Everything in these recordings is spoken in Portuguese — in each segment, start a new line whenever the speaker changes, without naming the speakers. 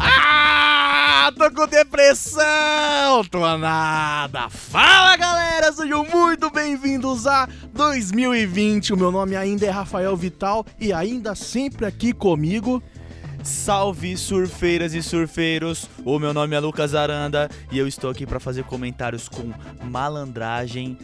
Ah, tô com depressão, tô nada. Fala galera, sejam muito bem-vindos a 2020. O meu nome ainda é Rafael Vital e ainda sempre aqui comigo.
Salve surfeiras e surfeiros! O meu nome é Lucas Aranda e eu estou aqui para fazer comentários com malandragem,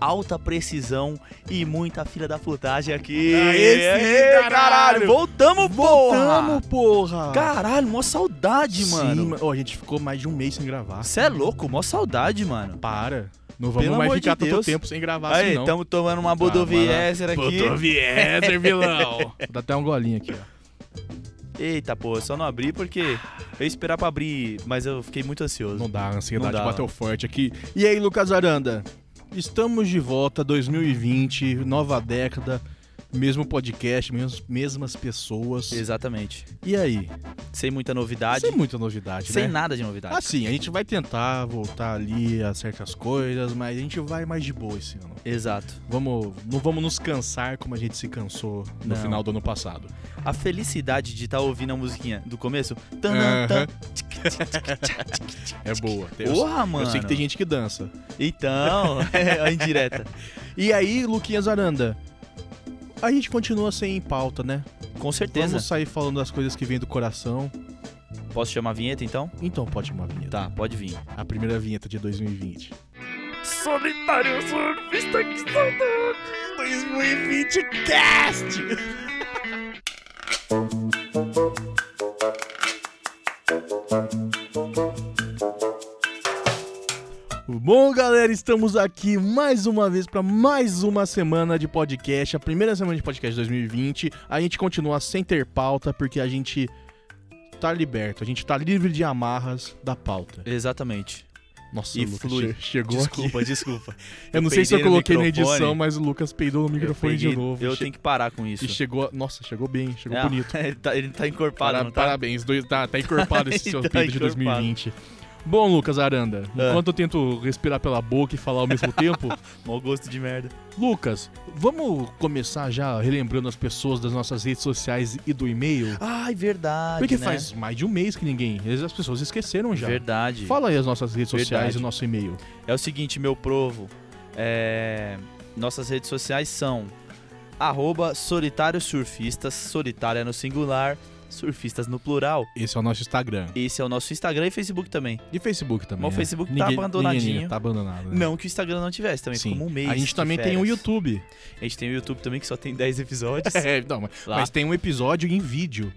alta precisão e muita filha da putagem aqui.
Aê, sim,
Aê,
caralho!
Voltamos,
Voltamos, porra!
porra! Caralho, mó saudade,
Sim,
mano.
ma- ó, a gente ficou mais de um mês sem gravar.
Você é louco, mó saudade, mano.
Para. Não vamos
Pelo
mais
amor
ficar
de
tanto
Deus.
tempo sem gravar assim,
Aí,
não.
tamo tomando uma Budovieser aqui.
Budovieser, vilão. Vou dar até um golinho aqui, ó.
Eita, pô, eu só não abri porque eu ia esperar pra abrir, mas eu fiquei muito ansioso.
Não dá, a ansiedade
Não dá.
bateu forte aqui. E aí, Lucas Aranda? Estamos de volta, 2020, nova década, mesmo podcast, mesmos- mesmas pessoas.
Exatamente.
E aí?
Sem muita novidade.
Sem muita novidade,
sem
né?
nada de novidade.
Assim, a gente vai tentar voltar ali a certas coisas, mas a gente vai mais de boa esse ano.
Exato.
Vamos, não vamos nos cansar como a gente se cansou no
Não.
final do ano passado.
A felicidade de estar ouvindo a musiquinha do começo.
Aham.
Tanã, tan.
É boa. Eu,
Porra,
eu
mano.
sei que tem gente que dança.
Então, é a indireta.
E aí, Luquinhas Aranda, a gente continua sem pauta, né?
Com certeza.
Vamos sair falando das coisas que vêm do coração.
Posso chamar a vinheta então?
Então pode uma vinheta.
Tá, pode vir.
A primeira vinheta de 2020.
Solitário surfista que saudade! 2020 Cast!
Bom, galera, estamos aqui mais uma vez para mais uma semana de podcast, a primeira semana de podcast de 2020. A gente continua sem ter pauta porque a gente tá liberto, a gente tá livre de amarras da pauta.
Exatamente.
Nossa,
E
o Lucas
flui.
che- chegou aqui.
Desculpa, desculpa.
Eu não sei se eu
peidei no
coloquei na
microfone.
edição, mas o Lucas peidou no microfone de
peguei-
novo.
Eu
Che-
tenho que parar com isso.
E chegou, nossa, chegou bem, chegou
É,
bonito.
ele, tá, ele tá encorpado,
Para-
não tá?
Parabéns, dois, tá, tá encorpado esse seu
Tá
peito de
encorpado.
2020. Bom, Lucas Aranda,
Ah.
enquanto eu tento respirar pela boca e falar ao mesmo tempo,
Mau gosto de merda.
Lucas, vamos começar já relembrando as pessoas das nossas redes sociais e do e-mail?
Ai, verdade,
Porque
né?
faz mais de um mês que ninguém. As pessoas esqueceram já.
Verdade.
Fala aí as nossas redes sociais
Verdade.
e o nosso e-mail.
É o seguinte, meu provo. é, Nossas redes sociais são arroba solitário surfistas, solitária no singular, surfistas no plural.
Esse é o nosso Instagram.
Esse é o nosso Instagram e Facebook também.
E Facebook também.
Mas o
né?
Facebook tá
Ninguém-
abandonadinho.
ninguém- tá abandonado. né?
Não que o Instagram não tivesse também,
Sim.
como um mês.
A gente
de
também tem o
férias.
YouTube.
A gente tem o YouTube também, que só tem 10 episódios.
É, não, mas,
Lá.
mas tem um episódio em vídeo.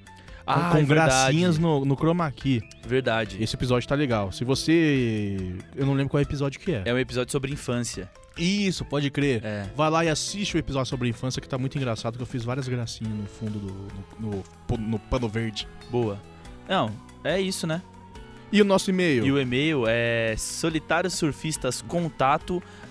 Ah,
com
é verdade.
gracinhas no, no chroma key.
Verdade.
Esse episódio tá legal. Se você. Eu não lembro qual episódio que é.
É um episódio sobre infância.
Isso, pode crer.
É.
Vai lá e assiste o episódio sobre a infância que tá muito engraçado, que eu fiz várias gracinhas no fundo do. no, no pa- no pano verde.
Boa. Não, é isso, né?
E o nosso e-mail?
E o e-mail é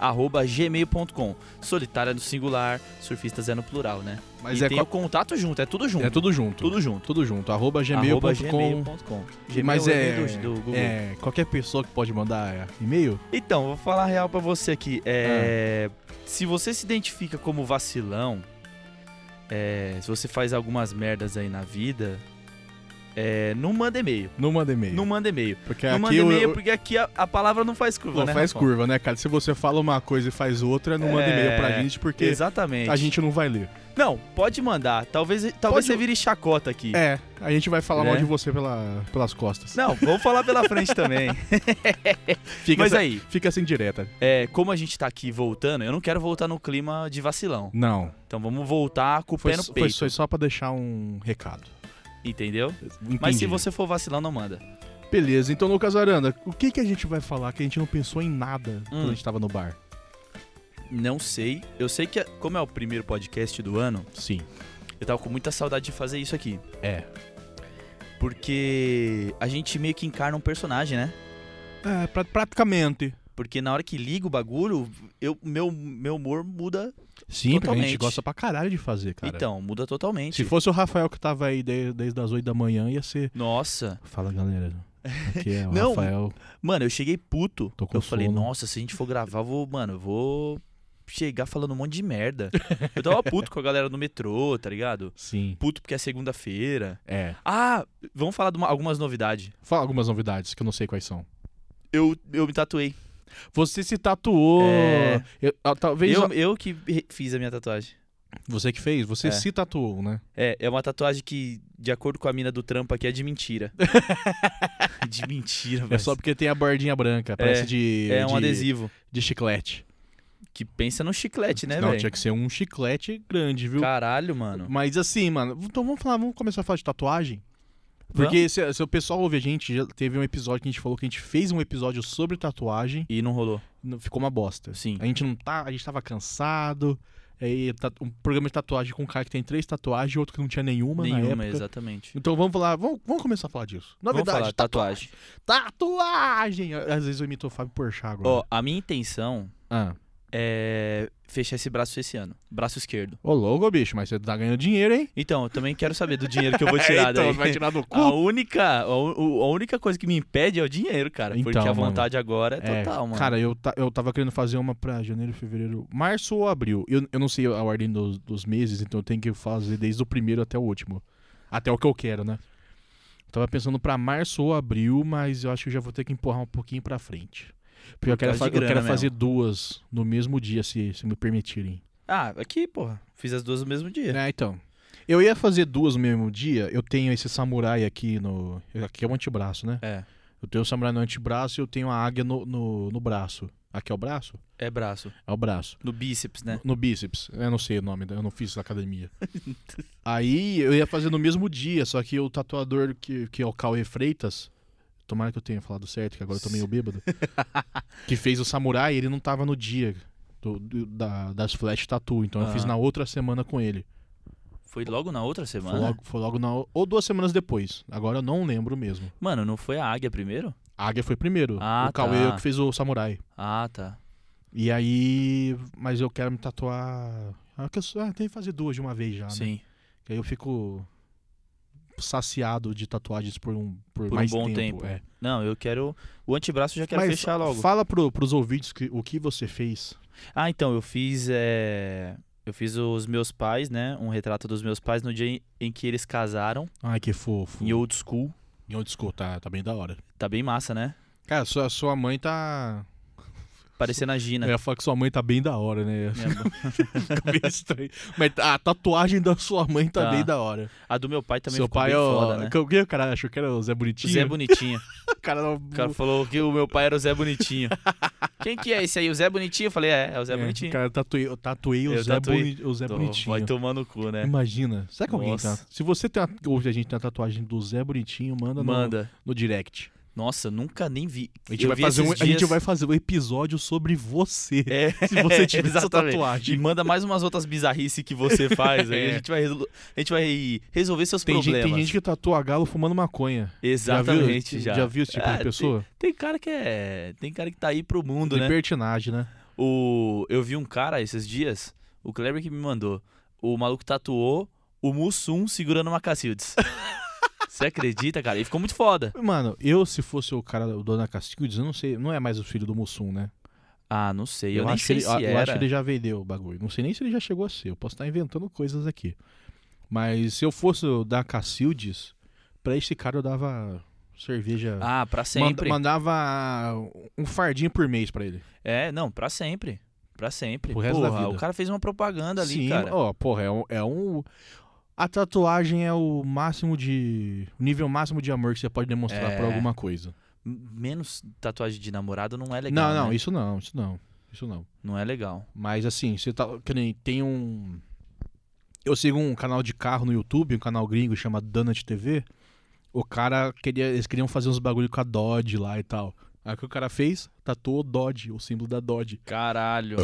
solitariosurfistascontato@gmail.com. Solitária no singular, surfistas é no plural, né?
Mas
e
é,
tem
co-
o contato junto, é tudo junto.
é tudo junto.
Tudo junto.
Tudo junto. Arroba
Arroba
gmail.com.
gmail.com.
Mas
Gmail
é,
do- do Google.
é. Qualquer pessoa que pode mandar é, e-mail?
Então, vou falar a real pra você aqui. É,
Ah.
Se você se identifica como vacilão, é, se você faz algumas merdas aí na vida, é, não manda e-mail.
Não manda e-mail.
Não manda e-mail.
porque
Não manda
aqui eu-
e-mail
eu-
porque aqui a, a palavra não faz curva,
não
né?
faz
Rafão?
curva, né, cara? Se você fala uma coisa e faz outra, não manda e-mail pra
É,
gente, porque
Exatamente.
a gente não vai ler.
Não, pode mandar. Talvez, talvez
Pode-
você vire chacota aqui.
É, a gente vai falar
Né?
mal de você pela- pelas costas.
Não, vamos falar pela frente também.
Fica,
Mas
essa-
aí,
fica assim direta.
é, como a gente tá aqui voltando, eu não quero voltar no clima de vacilão.
Não.
Então vamos voltar com o
Foi,
pé no
foi-
peito,
foi só pra deixar um recado.
entendeu? Mas
Entendi. né?
se você for vacilão, não manda.
Beleza, então, Lucas Aranda, o que, que a gente vai falar que a gente não pensou em nada
Hum.
quando a gente tava no bar?
Não sei. Eu sei que, como é o primeiro podcast do ano,
Sim.
eu tava com muita saudade de fazer isso aqui.
É.
Porque a gente meio que encarna um personagem, né?
É, pra- praticamente.
Porque na hora que liga o bagulho, eu, meu, meu humor muda.
Sim, porque a gente
Totalmente.
gosta pra caralho de fazer, cara.
Então, muda totalmente.
Se fosse o Rafael que tava aí de- desde as 8 da manhã, ia ser.
Nossa.
Fala, galera. Aqui é o
Não.
Rafael.
Mano, eu cheguei puto.
Tô com
eu falei,
sono.
nossa, se a gente for gravar, eu vou, mano, eu vou chegar falando um monte de merda. Eu tava puto com a galera no metrô, tá ligado?
Sim.
Puto porque é segunda-feira.
É.
Ah, vamos falar de uma- algumas novidades.
Fala algumas novidades que eu não sei quais são.
Eu, eu me tatuei.
Você se tatuou.
É.
Eu- ah, talvez.
Eu, eu que re- fiz a minha tatuagem.
Você que fez, você
É.
se tatuou, né?
É, é uma tatuagem que, de acordo com a mina do trampo aqui, é de mentira. de mentira, velho.
É só porque tem a bordinha branca, parece de.
É um
de-
adesivo.
De chiclete.
Que pensa num chiclete, né,
não,
velho?
tinha que ser um chiclete grande, viu?
Caralho, mano.
Mas assim, mano, então vamos falar, vamos começar a falar de tatuagem? Porque se, se o pessoal ouve a gente, já teve um episódio que a gente falou que a gente fez um episódio sobre tatuagem,
E não rolou.
não- ficou uma bosta.
Sim.
A gente não tá, a gente tava cansado. Aí tá- um programa de tatuagem com um cara que tem três tatuagens e outro que não tinha nenhuma, na
Nenhuma,
época.
exatamente.
Então vamos falar, vamos, vamos começar a falar disso. Na
Vamos
verdade,
falar, tá- tatuagem.
tatuagem! Às vezes eu imito o Fábio Porchat agora.
Ó, a minha intenção
Ah.
é fechar esse braço esse ano. Braço esquerdo.
Ô, logo, bicho, mas você tá ganhando dinheiro, hein?
Então, eu também quero saber do dinheiro que eu vou tirar
então,
daí. Ah,
vai tirar do cu.
A única, a, u- a única coisa que me impede é o dinheiro, cara. porque
Então,
a
mano.
vontade agora é
É,
total, mano.
Cara, eu, ta- eu tava querendo fazer uma pra janeiro, fevereiro, março ou abril. Eu, eu não sei a ordem dos, dos meses, então eu tenho que fazer desde o primeiro até o último. Até o que eu quero, né? Tava pensando pra março ou abril, mas eu acho que eu já vou ter que empurrar um pouquinho pra frente. Porque eu
Por
quero,
causa
fa-
de
eu
grana
quero fazer duas no mesmo dia, se, se me permitirem.
Ah, aqui, porra. Fiz as duas no mesmo dia.
É, então. Eu ia fazer duas no mesmo dia, eu tenho esse samurai aqui no. Aqui é o antebraço, né?
É.
Eu tenho o samurai no antebraço e eu tenho a águia no, no, no braço. Aqui é o braço?
É braço.
É o braço.
No bíceps, né?
No bíceps. Eu não sei o nome, eu não fiz na academia. Aí eu ia fazer no mesmo dia, só que o tatuador que, que é o Cauê Freitas, tomara que eu tenha falado certo, que agora eu tô meio bêbado, que fez o samurai, ele não tava no dia do- do- da- das flash tattoo, então eu fiz
Ah.
na outra semana com ele.
Foi logo na outra semana?
Foi logo, foi logo na, ou duas semanas depois, agora eu não lembro mesmo.
Mano, não foi a águia primeiro?
A Águia foi primeiro,
Ah,
o Cauê
tá.
é o que fez o samurai.
Ah, tá.
E aí, mas eu quero me tatuar... Ah, que eu sou- ah, tem que fazer duas de uma vez já, né?
Sim.
Que aí eu fico saciado de tatuagens por um por,
Por um
mais
bom tempo.
é.
Não, eu quero. O antebraço eu já quero
Mas
fechar logo.
Fala pro, pros ouvintes que, o que você fez.
Ah, então, eu fiz. é, Eu fiz os meus pais, né? Um retrato dos meus pais no dia em- em que eles casaram,
Ai, que fofo.
em old school.
Em onde escuta, tá, tá bem da hora.
Tá bem massa, né?
Cara, sua, sua mãe tá.
Parecendo a Gina.
Eu ia falar que sua mãe tá bem da hora, né?
Minha mãe.
Fica meio estranho. Mas a tatuagem da sua mãe tá,
Tá.
bem da hora.
A do meu pai também
Seu
ficou
pai é
bem
o.
foda, né?
que- O que o cara achou que era o Zé
O
Bonitinho?
Zé Bonitinho.
O cara era um
O cara falou que o meu pai era o Zé Bonitinho. Quem que é esse aí? O Zé Bonitinho? Eu falei, é, é o Zé Bonitinho.
Cara, eu tatuei, eu tatuei o,
Eu
Zé
tatuei.
Boni- o Zé
Tô-
Bonitinho.
Vai tomar no cu, né?
Imagina. Será que alguém tá?
Nossa.
Se você tem uma, ouve a gente tem a tatuagem do Zé Bonitinho, manda, no-
Manda.
No, direct.
Nossa, nunca nem vi.
A gente,
Eu
vai
vi
fazer um,
esses
a gente
dias-
vai fazer um episódio sobre você.
É,
Se você tiver essa
exatamente. E
tatuagem.
manda mais umas outras bizarrices que você faz. Aí
É.
a gente vai, resolu- a gente vai resolver seus
Tem gente,
problemas.
tem gente que tatua galo fumando maconha.
Exatamente,
já
já.
viu, viu esse tipo
Ah,
de
tem-
pessoa?
Tem cara que é. Tem cara que tá aí pro mundo,
De
né?
pertinagem, né?
O... Eu vi um cara esses dias, o Kleber que me mandou. O maluco tatuou o Mussum segurando uma Cacildes. Você acredita, cara? E ficou muito foda.
Mano, eu se fosse o cara do Dona Castildes, eu não sei, não é mais o filho do Mussum, né?
Ah, não sei. Eu, nem
acho
sei
que ele,
se
eu-
era.
eu acho que ele já vendeu o bagulho. Não sei nem se ele já chegou a ser. Eu posso estar inventando coisas aqui. Mas se eu fosse dar Cacildes, pra esse cara eu dava cerveja.
Ah, pra
Mand-
sempre.
mandava um fardinho por mês pra ele.
É, não, pra sempre. Pra sempre.
Pro resto da
Porra, o
vida.
cara fez uma propaganda ali,
Sim,
cara.
ó, porra, é um, é um- A tatuagem é o máximo de. O nível máximo de amor que você pode demonstrar
É.
pra alguma coisa.
M- Menos tatuagem de namorado não é legal.
não, não,
né?
isso não, isso não. Isso não.
Não é legal.
Mas assim, você tá. Que nem tem um. Eu sigo um canal de carro no YouTube, um canal gringo chamado Donut TV. O cara queria. Eles queriam fazer uns bagulho com a Dodge lá e tal. Aí o que o cara fez? Tatuou Dodge, o símbolo da Dodge.
Caralho.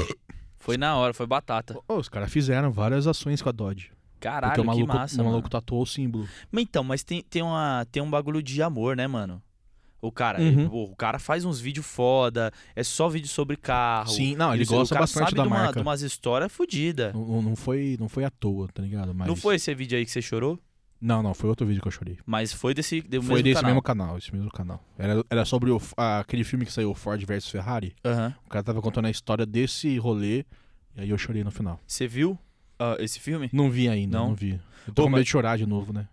Foi na hora, foi batata.
Ô, os caras fizeram várias ações com a Dodge. porque
Caralho,
o maluco,
que massa,
o
mano.
maluco tatuou o símbolo.
Mas então, mas tem, tem, uma, tem um bagulho de amor, né, mano? O cara,
Uhum.
ele- pô, o cara faz uns vídeos foda, é só vídeo sobre carro.
Sim, não, ele
o
gosta
cara
bastante
sabe
da
de uma,
marca.
de umas histórias fodidas.
Não- Não, não, foi, não foi à toa, tá ligado? Mas-
Não foi esse vídeo aí que você chorou?
Não, não, foi outro vídeo que eu chorei.
Mas foi desse, do
foi
mesmo
desse
canal.
mesmo canal, esse mesmo canal. Era, era sobre o- a- aquele filme que saiu, Ford versus Ferrari.
Aham.
O cara tava contando a história desse rolê. E aí eu chorei no final.
Você viu ah, esse filme?
Não vi ainda, não,
Não?
vi. Eu tô
Ô,
com medo
mas-
de chorar de novo, né?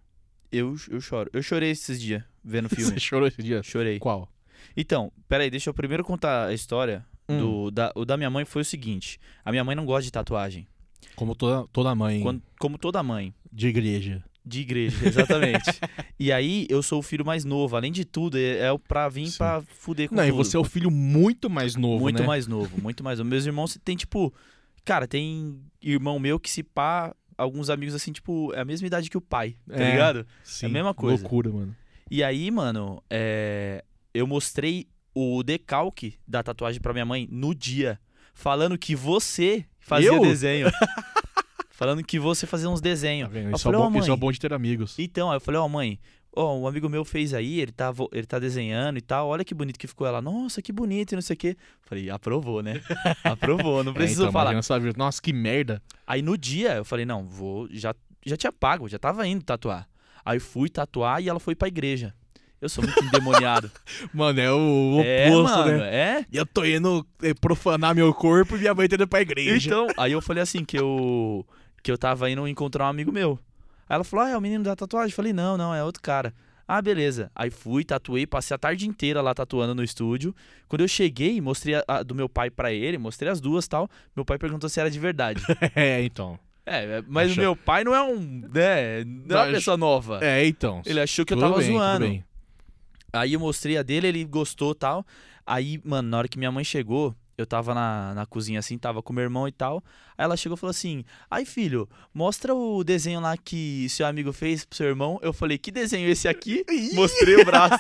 Eu, eu choro. Eu chorei esses dias vendo o filme.
Você chorou esse dia?
chorei.
Qual?
Então, peraí, deixa eu primeiro contar a história.
Hum.
Do, da, o da minha mãe foi o seguinte: a minha mãe não gosta de tatuagem.
Como toda, toda mãe
Quando- como toda mãe.
de igreja.
De igreja, exatamente. e aí, eu sou o filho mais novo. Além de tudo, é, é o pra vir
Sim.
pra fuder com
Não, e
tudo.
você é o filho muito mais novo,
muito
né?
mais novo, muito mais novo. Meus irmãos tem, tipo. Cara, tem irmão meu que se pá. Alguns amigos assim, tipo, é a mesma idade que o pai, tá
É.
ligado?
Sim,
É a mesma coisa.
Loucura, mano.
E aí, mano, é, eu mostrei o decalque da tatuagem pra minha mãe no dia, falando que você fazia
Eu?
desenho. falando que você fazia uns
Tá
desenhos.
vendo?
Eu
Isso,
falei,
é
"Ó,
bom, isso é
mãe."
bom de ter amigos.
Então, aí eu falei, ó, mãe, ó, um amigo meu fez aí, ele tá, vo- ele tá desenhando e tal, olha que bonito que ficou ela. Nossa, que bonito e não sei o quê. Falei, aprovou, né? aprovou, não precisou
É, então,
falar.
imagina essa vida. Nossa, que merda.
Aí no dia eu falei, não, vou, já, já tinha pago, já tava indo tatuar. Aí fui tatuar e ela foi pra igreja. Eu sou muito endemoniado.
Mano, é o
é,
oposto,
mano,
né?
é.
E eu tô indo eh, profanar meu corpo e minha mãe tá indo pra igreja.
Então, aí eu falei assim, que eu que eu tava indo encontrar um amigo meu. Aí ela falou: "Ah, é o menino da tatuagem". Eu falei: "Não, não, é outro cara". Ah, beleza. Aí fui, tatuei, passei a tarde inteira lá tatuando no estúdio. Quando eu cheguei, mostrei a, a do meu pai pra ele, mostrei as duas, tal. Meu pai perguntou se era de verdade.
É, então.
é, é, mas
Achou.
o meu pai não é um, né, não é
Tá,
uma pessoa nova.
É, então.
Ele achou que eu
Tudo
tava
bem, tudo
zoando.
bem.
Aí eu mostrei a dele, ele gostou e tal. Aí, mano, na hora que minha mãe chegou, eu tava na, na cozinha assim, tava com meu irmão e tal. Aí ela chegou e falou assim: Ai, filho, mostra o desenho lá que seu amigo fez pro seu irmão. Eu falei: Que desenho é esse aqui? Mostrei o braço.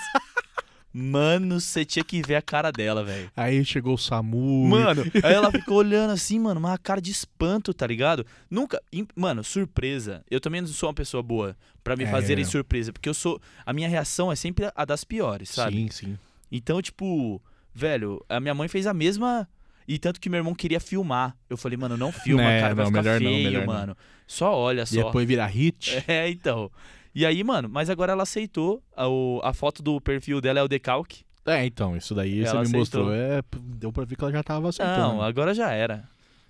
Mano, você tinha que ver a cara dela, velho.
Aí chegou o Samu.
Mano, aí ela ficou olhando assim, mano, uma cara de espanto, tá ligado? Nunca. im- Mano, surpresa. Eu também não sou uma pessoa boa pra me
É.
fazerem surpresa, porque eu sou. A minha reação é sempre a das piores, sabe?
Sim, sim.
Então, tipo, velho, a minha mãe fez a mesma. E tanto que meu irmão queria filmar. Eu falei, mano, não filma,
Né,
cara, vai
não,
ficar
melhor não,
feio,
melhor não.
mano. Só olha
E
só.
depois vira hit.
É, então. E aí, mano, mas agora ela aceitou. A, o- a foto do perfil dela é o decalque.
É, então, isso daí
Ela
você me
aceitou.
mostrou. É, p- deu pra ver que ela já tava aceitando.
Não, agora já era.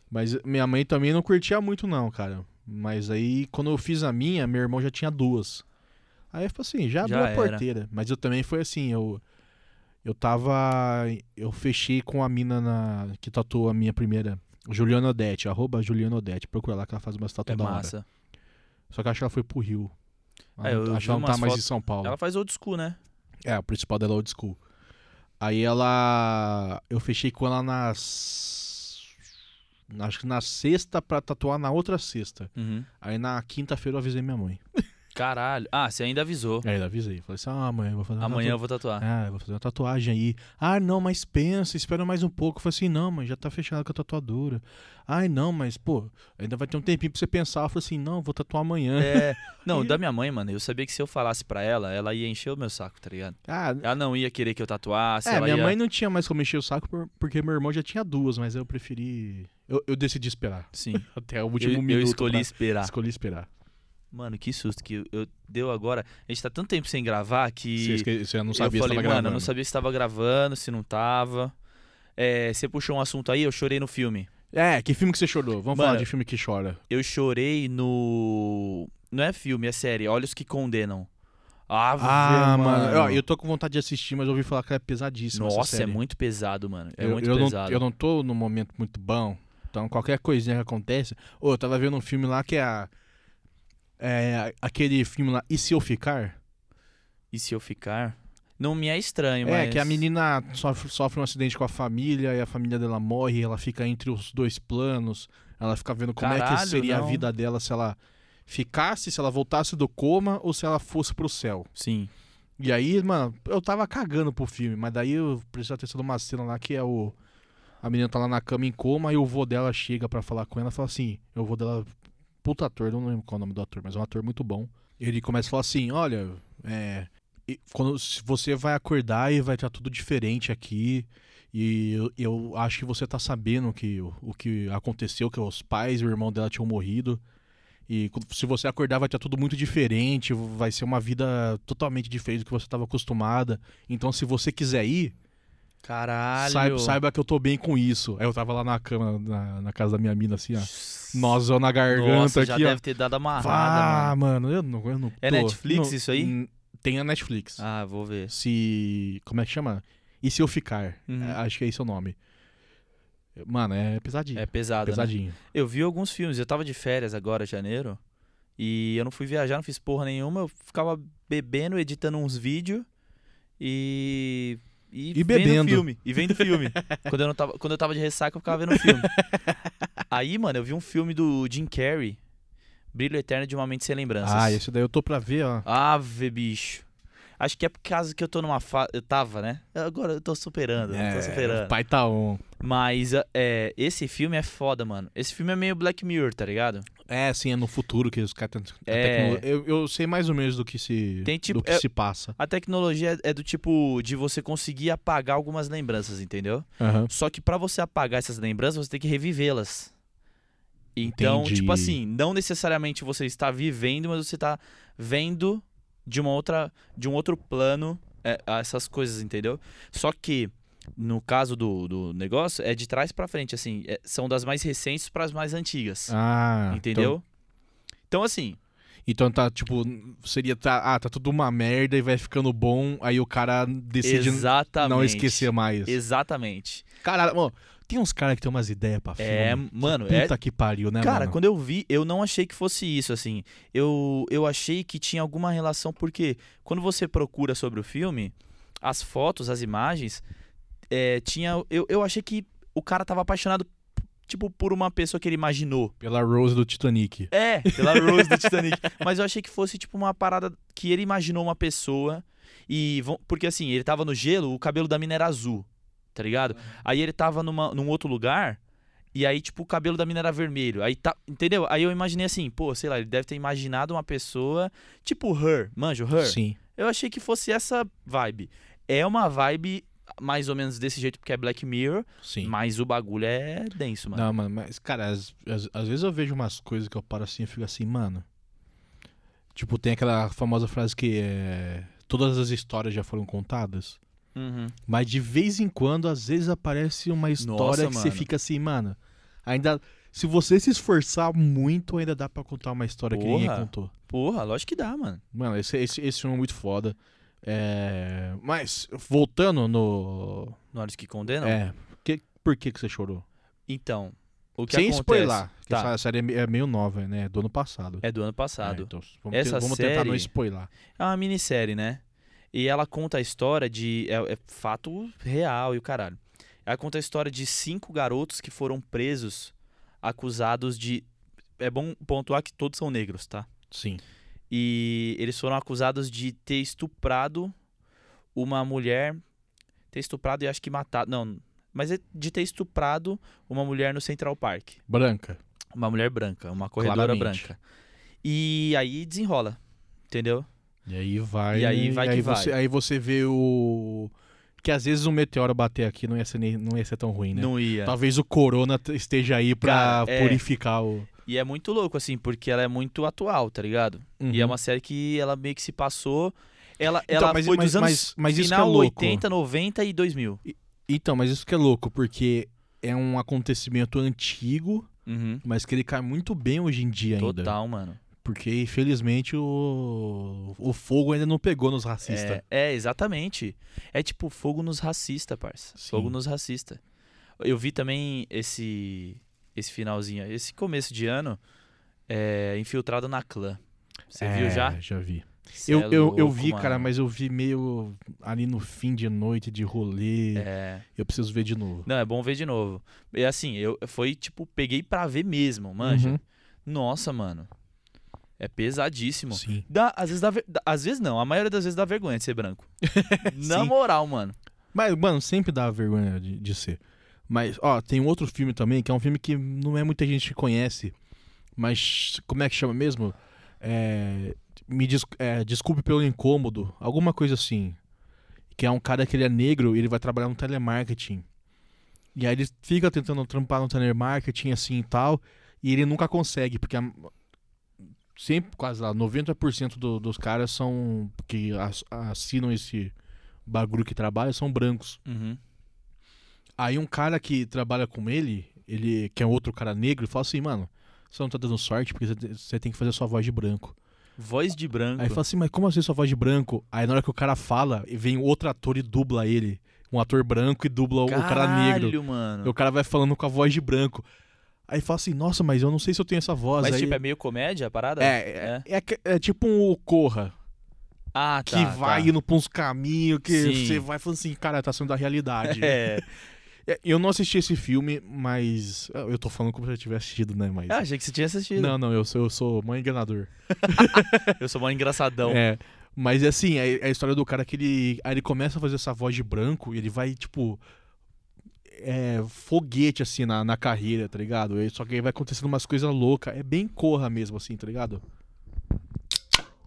Mas minha mãe também não curtia muito, não, cara. Mas aí, quando eu fiz a minha, meu irmão já tinha duas. Aí eu falei assim, já abriu
Já
a
era.
porteira. Mas eu também foi assim, eu. Eu tava. Eu fechei com a mina na, que tatuou a minha primeira. Juliana Odete, arroba Juliana Odete. Procura lá que ela faz umas
É
tatuagens da hora.
massa.
Só que eu acho que ela foi pro Rio. Ela
É,
não-
eu
acho
vi
que ela não tá
umas
mais em
fotos-
São Paulo.
Ela faz old school, né?
É, o principal dela é old school. Aí ela. Eu fechei com ela nas. Acho que na sexta pra tatuar na outra sexta.
Uhum.
Aí na quinta-feira eu avisei minha mãe.
Caralho. Ah, você ainda avisou.
Aí eu avisei. Falei assim: ah, mãe, eu vou fazer uma
Amanhã eu
tatu-
vou tatuar.
Ah, eu vou fazer uma tatuagem aí. Ah, não, mas pensa, espera mais um pouco. Eu falei assim: não, mãe, já tá fechada com a tatuadora. Ai, não, mas, pô, ainda vai ter um tempinho pra você pensar. Eu falei assim: não, vou tatuar amanhã.
É. Não, da minha mãe, mano, eu sabia que se eu falasse pra ela, ela ia encher o meu saco, tá ligado?
Ah,
Ela não ia querer que eu tatuasse.
É,
ela
minha
ia...
mãe não tinha mais como encher o saco por- porque meu irmão já tinha duas, mas eu preferi. Eu, eu decidi esperar.
Sim.
Até o último
eu,
minuto.
eu escolhi
pra-
esperar.
Escolhi esperar.
Mano, que susto que eu- eu deu agora. A gente tá tanto tempo sem gravar
Você,
que
esque- você não sabia
eu
se
falei, mano,
tava gravando.
eu não sabia se tava gravando, se não tava. É, você puxou um assunto aí, eu chorei no filme.
É, que filme que você chorou? Vamos falar
Mano,
de filme que chora.
Eu chorei no não é filme, é série, Olhos que Condenam. Ah,
Ah, mano. ó, Eu, tô com vontade de assistir, mas eu ouvi falar que é pesadíssimo. essa
Nossa, é
série.
muito pesado, mano. É
eu,
muito
eu
pesado.
Não, eu não tô num momento muito bom. Então, qualquer coisinha que acontece. Ô, eu tava vendo um filme lá que é, a- é aquele filme lá, E Se Eu Ficar?
E se eu ficar? Não me é estranho,
É,
mas
que a menina sofre, sofre um acidente com a família e a família dela morre, ela fica entre os dois planos, ela fica vendo como é que
Caralho,
seria a
não.
vida dela se ela ficasse, se ela voltasse do coma ou se ela fosse pro céu.
Sim.
E aí, mano, eu tava cagando pro filme, mas daí eu prestei atenção numa cena lá que é o. A menina tá lá na cama em coma e o vô dela chega pra falar com ela e fala assim: Eu vou dela. Puta ator, não lembro qual é o nome do ator, mas é um ator muito bom. Ele começa a falar assim: Olha, é. e Quando se você vai acordar e vai estar tudo diferente aqui. E eu, eu acho que você tá sabendo que o, o que aconteceu, que os pais e o irmão dela tinham morrido. E quando- se você acordar, vai estar tudo muito diferente, vai ser uma vida totalmente diferente do que você estava acostumada. Então, se você quiser ir,
Caralho.
Saiba, saiba que eu tô bem com isso. Aí eu tava lá na cama, na, na casa da minha mina, assim, ó. Nozão na garganta
Nossa, já
aqui, ó.
deve ter dado amarrada,
Ah,
mano.
mano, eu não, eu não
É
tô-
Netflix
não-
isso aí?
Hum, Tem a Netflix.
Ah, vou ver.
Se. Como é que chama? E se eu ficar?
Uhum.
É, Acho que é esse o nome. Mano, é pesadinho.
É pesado, né?
pesadinho.
Eu vi alguns filmes. Eu tava de férias agora, janeiro. E eu não fui viajar, não fiz porra nenhuma. Eu ficava bebendo, editando uns vídeos. E.
E bebendo.
Vendo filme, e vendo filme. quando, eu não tava, quando eu tava de ressaca, eu ficava vendo filme. Aí, mano, eu vi um filme do Jim Carrey. Brilho Eterno de Uma Mente Sem Lembranças.
Ah, esse daí eu tô pra ver, ó.
Ave, bicho. Acho que é por causa que eu tô numa fase. Eu tava, né? Agora eu tô superando, tô
O
superando.
pai tá on.
Mas é, esse filme é foda, mano. Esse filme é meio Black Mirror, tá ligado?
É, sim, é no futuro que os caras têm a
É.
tecno- eu, eu sei mais ou menos do que se,
Tem tipo-
do que
é-
se passa.
A tecnologia é do tipo de você conseguir apagar algumas lembranças, entendeu?
Aham.
Só que pra você apagar essas lembranças, você tem que revivê-las. Então,
Entendi.
tipo assim, não necessariamente você está vivendo, mas você está vendo de uma outra, de um outro plano é, essas coisas, entendeu? Só que no caso do, do negócio é de trás pra frente, assim, é- são das mais recentes para as mais antigas,
Ah,
entendeu? Então, assim,
Então, então tá, tipo, seria. Tá, ah, tá tudo uma merda e vai ficando bom, aí o cara decide
exatamente.
não esquecer mais.
Exatamente.
Caralho, ó, tem uns caras que tem umas ideias pra filme.
É, mano, é,
Puta que pariu, né,
Cara,
mano?
quando eu vi, eu não achei que fosse isso, assim. Eu, eu achei que tinha alguma relação, porque quando você procura sobre o filme, as fotos, as imagens, é, tinha. Eu, eu achei que o cara tava apaixonado, tipo, por uma pessoa que ele imaginou.
Pela Rose do Titanic.
É, pela Rose do Titanic. Mas eu achei que fosse, tipo, uma parada que ele imaginou uma pessoa. E. vão- Porque assim, ele tava no gelo, o cabelo da mina era azul, tá
Uhum.
ligado? Aí ele tava numa, num outro lugar. E aí, tipo, o cabelo da mina era vermelho. Aí tá. Entendeu? Aí eu imaginei assim, pô, sei lá, ele deve ter imaginado uma pessoa. Tipo her, manjo, her.
Sim.
Eu achei que fosse essa vibe. É uma vibe mais ou menos desse jeito, porque é Black Mirror,
Sim.
mas o bagulho é denso, mano.
Não, mano, mas, cara, às, às- às vezes eu vejo umas coisas que eu paro assim e fico assim, mano. Tipo, tem aquela famosa frase que é. Todas as histórias já foram contadas.
Uhum.
Mas de vez em quando, às vezes aparece uma história
Nossa,
que você
mano.
fica assim, mano. Ainda. Se você se esforçar muito, ainda dá pra contar uma história que ninguém
Porra.
contou.
Porra, lógico que dá, mano.
Mano, esse, esse, esse filme é muito foda. É, Mas, voltando no.
Na hora que condenam.
É. Que, por que, que você chorou?
Então, o que
Sem
acontece...
spoiler. porque
Tá.
Essa série é me- é meio nova, né? É Do ano passado.
É do ano
É,
passado.
então, vamos
Essa
te- vamos tentar não
série-
spoiler.
É uma minissérie, né? E ela conta a história de... É, é fato real e o caralho. Ela conta a história de cinco garotos que foram presos, acusados de... É bom pontuar que todos são negros, tá?
Sim.
E eles foram acusados de ter estuprado uma mulher. Ter estuprado e acho que matado. Não, mas é de ter estuprado uma mulher no Central Park.
Branca.
Uma mulher branca, uma corredora
Claramente.
branca. E aí desenrola, entendeu?
E aí vai.
E aí vai que vai.
você, Aí você vê o. Que às vezes um meteoro bater aqui não ia ser, nem- não ia ser tão ruim, né?
Não ia.
Talvez o corona t- esteja aí pra
Cara, é.
purificar o.
E é muito louco, assim, porque ela é muito atual, tá ligado? E é uma série que ela meio que se passou. Ela,
Uhum. Então,
ela
mas-
foi
mas-
dos
mas-
anos
mas isso que é
final
louco.
80, 90 e 2000.
Então, mas isso que é louco, porque é um acontecimento antigo,
Uhum.
mas que ele cai muito bem hoje em dia ainda.
Total, mano.
Porque, infelizmente, o, o fogo ainda não pegou nos racistas.
É, é, exatamente. É tipo fogo nos racista, parça.
Sim.
Fogo nos racista. Eu vi também esse esse finalzinho, esse começo de ano, é, infiltrado na clã. Você
É,
viu já?
Já vi.
Cê
Eu,
é
eu, eu
louco,
vi, cara,
mano.
mas eu vi meio ali no fim de noite de rolê.
É.
Eu preciso ver de novo.
Não, é bom ver de novo. E assim, eu foi tipo, peguei pra ver mesmo, manja.
Uhum.
Nossa, mano. É pesadíssimo.
Sim.
Dá, às vezes dá ver- dá- às vezes não, a maioria das vezes dá vergonha de ser branco. Na
Sim.
moral, mano.
Mas, mano, sempre dá vergonha de, de ser. Mas, ó, tem um outro filme também, que é um filme que não é muita gente que conhece. Mas, como é que chama mesmo? É, me des- é, desculpe pelo incômodo. Alguma coisa assim. Que é um cara que ele é negro e ele vai trabalhar no telemarketing. E aí ele fica tentando trampar no telemarketing assim e tal. E ele nunca consegue, porque a- sempre, quase lá, 90% do- dos caras são. que ass- assinam esse bagulho que trabalha são brancos.
Uhum.
Aí um cara que trabalha com ele, ele que é outro cara negro, fala assim, mano, você não tá dando sorte porque você te- você tem que fazer sua voz de branco.
Voz de branco.
Aí fala assim, mas como assim sua voz de branco? Aí na hora que o cara fala, vem outro ator e dubla ele. Um ator branco e dubla o cara negro.
Caralho, mano.
E o cara vai falando com a voz de branco. Aí fala assim, nossa, mas eu não sei se eu tenho essa voz.
Mas,
Aí-
tipo, é meio comédia a parada?
é, é, é que- é tipo um Corra,
Ah,
que
tá.
vai indo pra uns caminhos que
Sim.
você vai falando assim, cara, tá sendo da realidade.
Tá. É.
É, Eu não assisti esse filme, mas. ah, Eu tô falando como se eu tivesse assistido, né? Mas.
Ah, achei que você tinha assistido.
Não, não, eu sou, eu sou mãe enganador.
Eu sou mó engraçadão.
É. Mas assim, é é a história do cara que ele. Aí ele começa a fazer essa voz de branco e ele vai, tipo. É, foguete, assim, na, na carreira, tá ligado? E- Só que aí vai acontecendo umas coisas loucas. É bem corra mesmo, assim, tá ligado?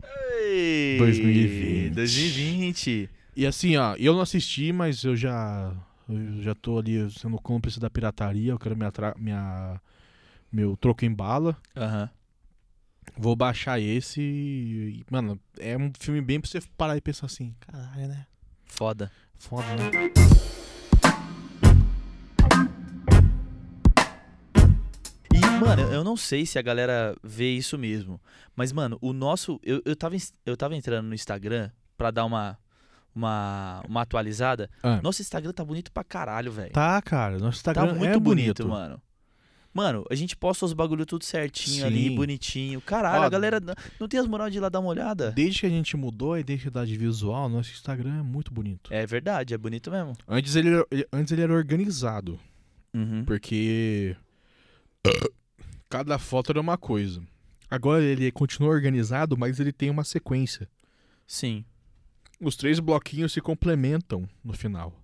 É.
Ei,
2020.
2020.
E assim, ó, eu não assisti, mas eu já. Eu já tô ali sendo cúmplice da pirataria, eu quero minha. tra- minha meu troco em bala.
Aham.
Vou baixar esse e, mano, é um filme bem pra você parar e pensar assim, caralho, né?
Foda.
Foda, né?
E, mano, eu não sei se a galera vê isso mesmo. Mas, mano, o nosso. Eu, eu, tava, ins- eu tava entrando no Instagram pra dar uma. Uma, uma atualizada.
Ah.
Nosso Instagram tá bonito pra caralho, velho.
Tá, cara, nosso
Tá
Instagram
muito
é bonito,
bonito, mano. Mano, a gente posta os bagulho tudo certinho ali,
Sim.
bonitinho. Caralho,
Ó,
a galera n- não tem as moral de ir lá dar uma olhada.
Desde que a gente mudou a identidade visual, nosso Instagram é muito bonito.
É verdade, é bonito mesmo.
Antes ele, era- ele- antes ele era organizado,
Uhum.
porque cada foto era uma coisa. Agora ele continua organizado, mas ele tem uma sequência.
Sim.
Os três bloquinhos se complementam no final.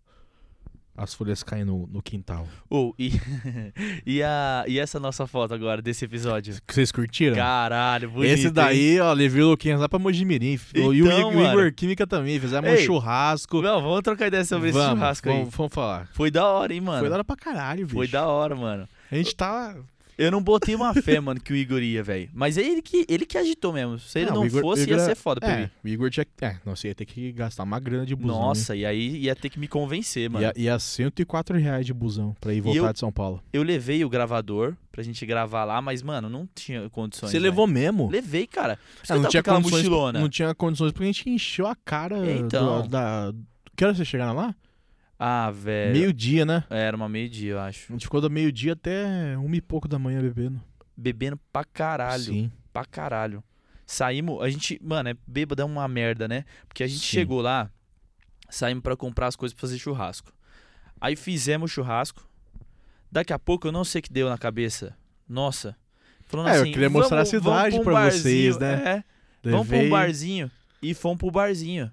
As folhas caem no, no quintal.
Ou, e, e, a, e essa nossa foto agora desse episódio?
Vocês curtiram?
Caralho, bonito.
Esse
hein?
daí, ó, levei o Luquinhas lá pra Mojimirim. e o
Então,
Igor- o
mano.
Igor Química também. Fizemos um
Ei,
churrasco.
Não, vamos trocar ideia sobre esse
Vamos,
churrasco aí.
vamos, vamos falar.
Foi da hora, hein, mano?
Foi da hora pra caralho, bicho.
Foi da hora, mano.
A gente tá.
Eu não botei uma fé, mano, que o Igor ia, velho. Mas é ele que, ele que agitou mesmo. Se ele
Não,
não,
o Igor-
fosse,
Igor
ia
é-
ser foda pra
É,
mim.
o Igor tinha. que- É, nossa, ia ter que gastar uma grana de busão.
Nossa, e aí ia ter que me convencer,
hein?
mano.
Ia, ia 104 reais de busão pra ir voltar
eu-
de São Paulo.
Eu levei o gravador pra gente gravar lá, mas, mano, não tinha condições.
Você
velho.
levou mesmo?
Levei, cara. Por isso que eu
Ah, Então, é. não
tava
tinha
com aquela
condições.
mochilona.
Não tinha condições porque a gente encheu a cara
Então.
do, da. Que hora vocês chegaram lá?
Ah, velho.
Meio-dia, né?
Era uma meio-dia, eu
A
acho.
gente ficou do meio-dia até uma e pouco da manhã bebendo.
Bebendo pra caralho.
Sim.
pra caralho. Saímos, a gente, mano, é bêbado é uma merda, né? Porque a gente
Sim.
chegou lá, saímos pra comprar as coisas pra fazer churrasco. Aí fizemos churrasco. Daqui a pouco eu não sei o que deu na cabeça. Nossa. Falando
É, eu
assim,
queria mostrar a
"Vamos- vamos
cidade
pra um
pra
barzinho",
vocês, né?
É, vamos pra um
Levei-
barzinho e fomos pro barzinho.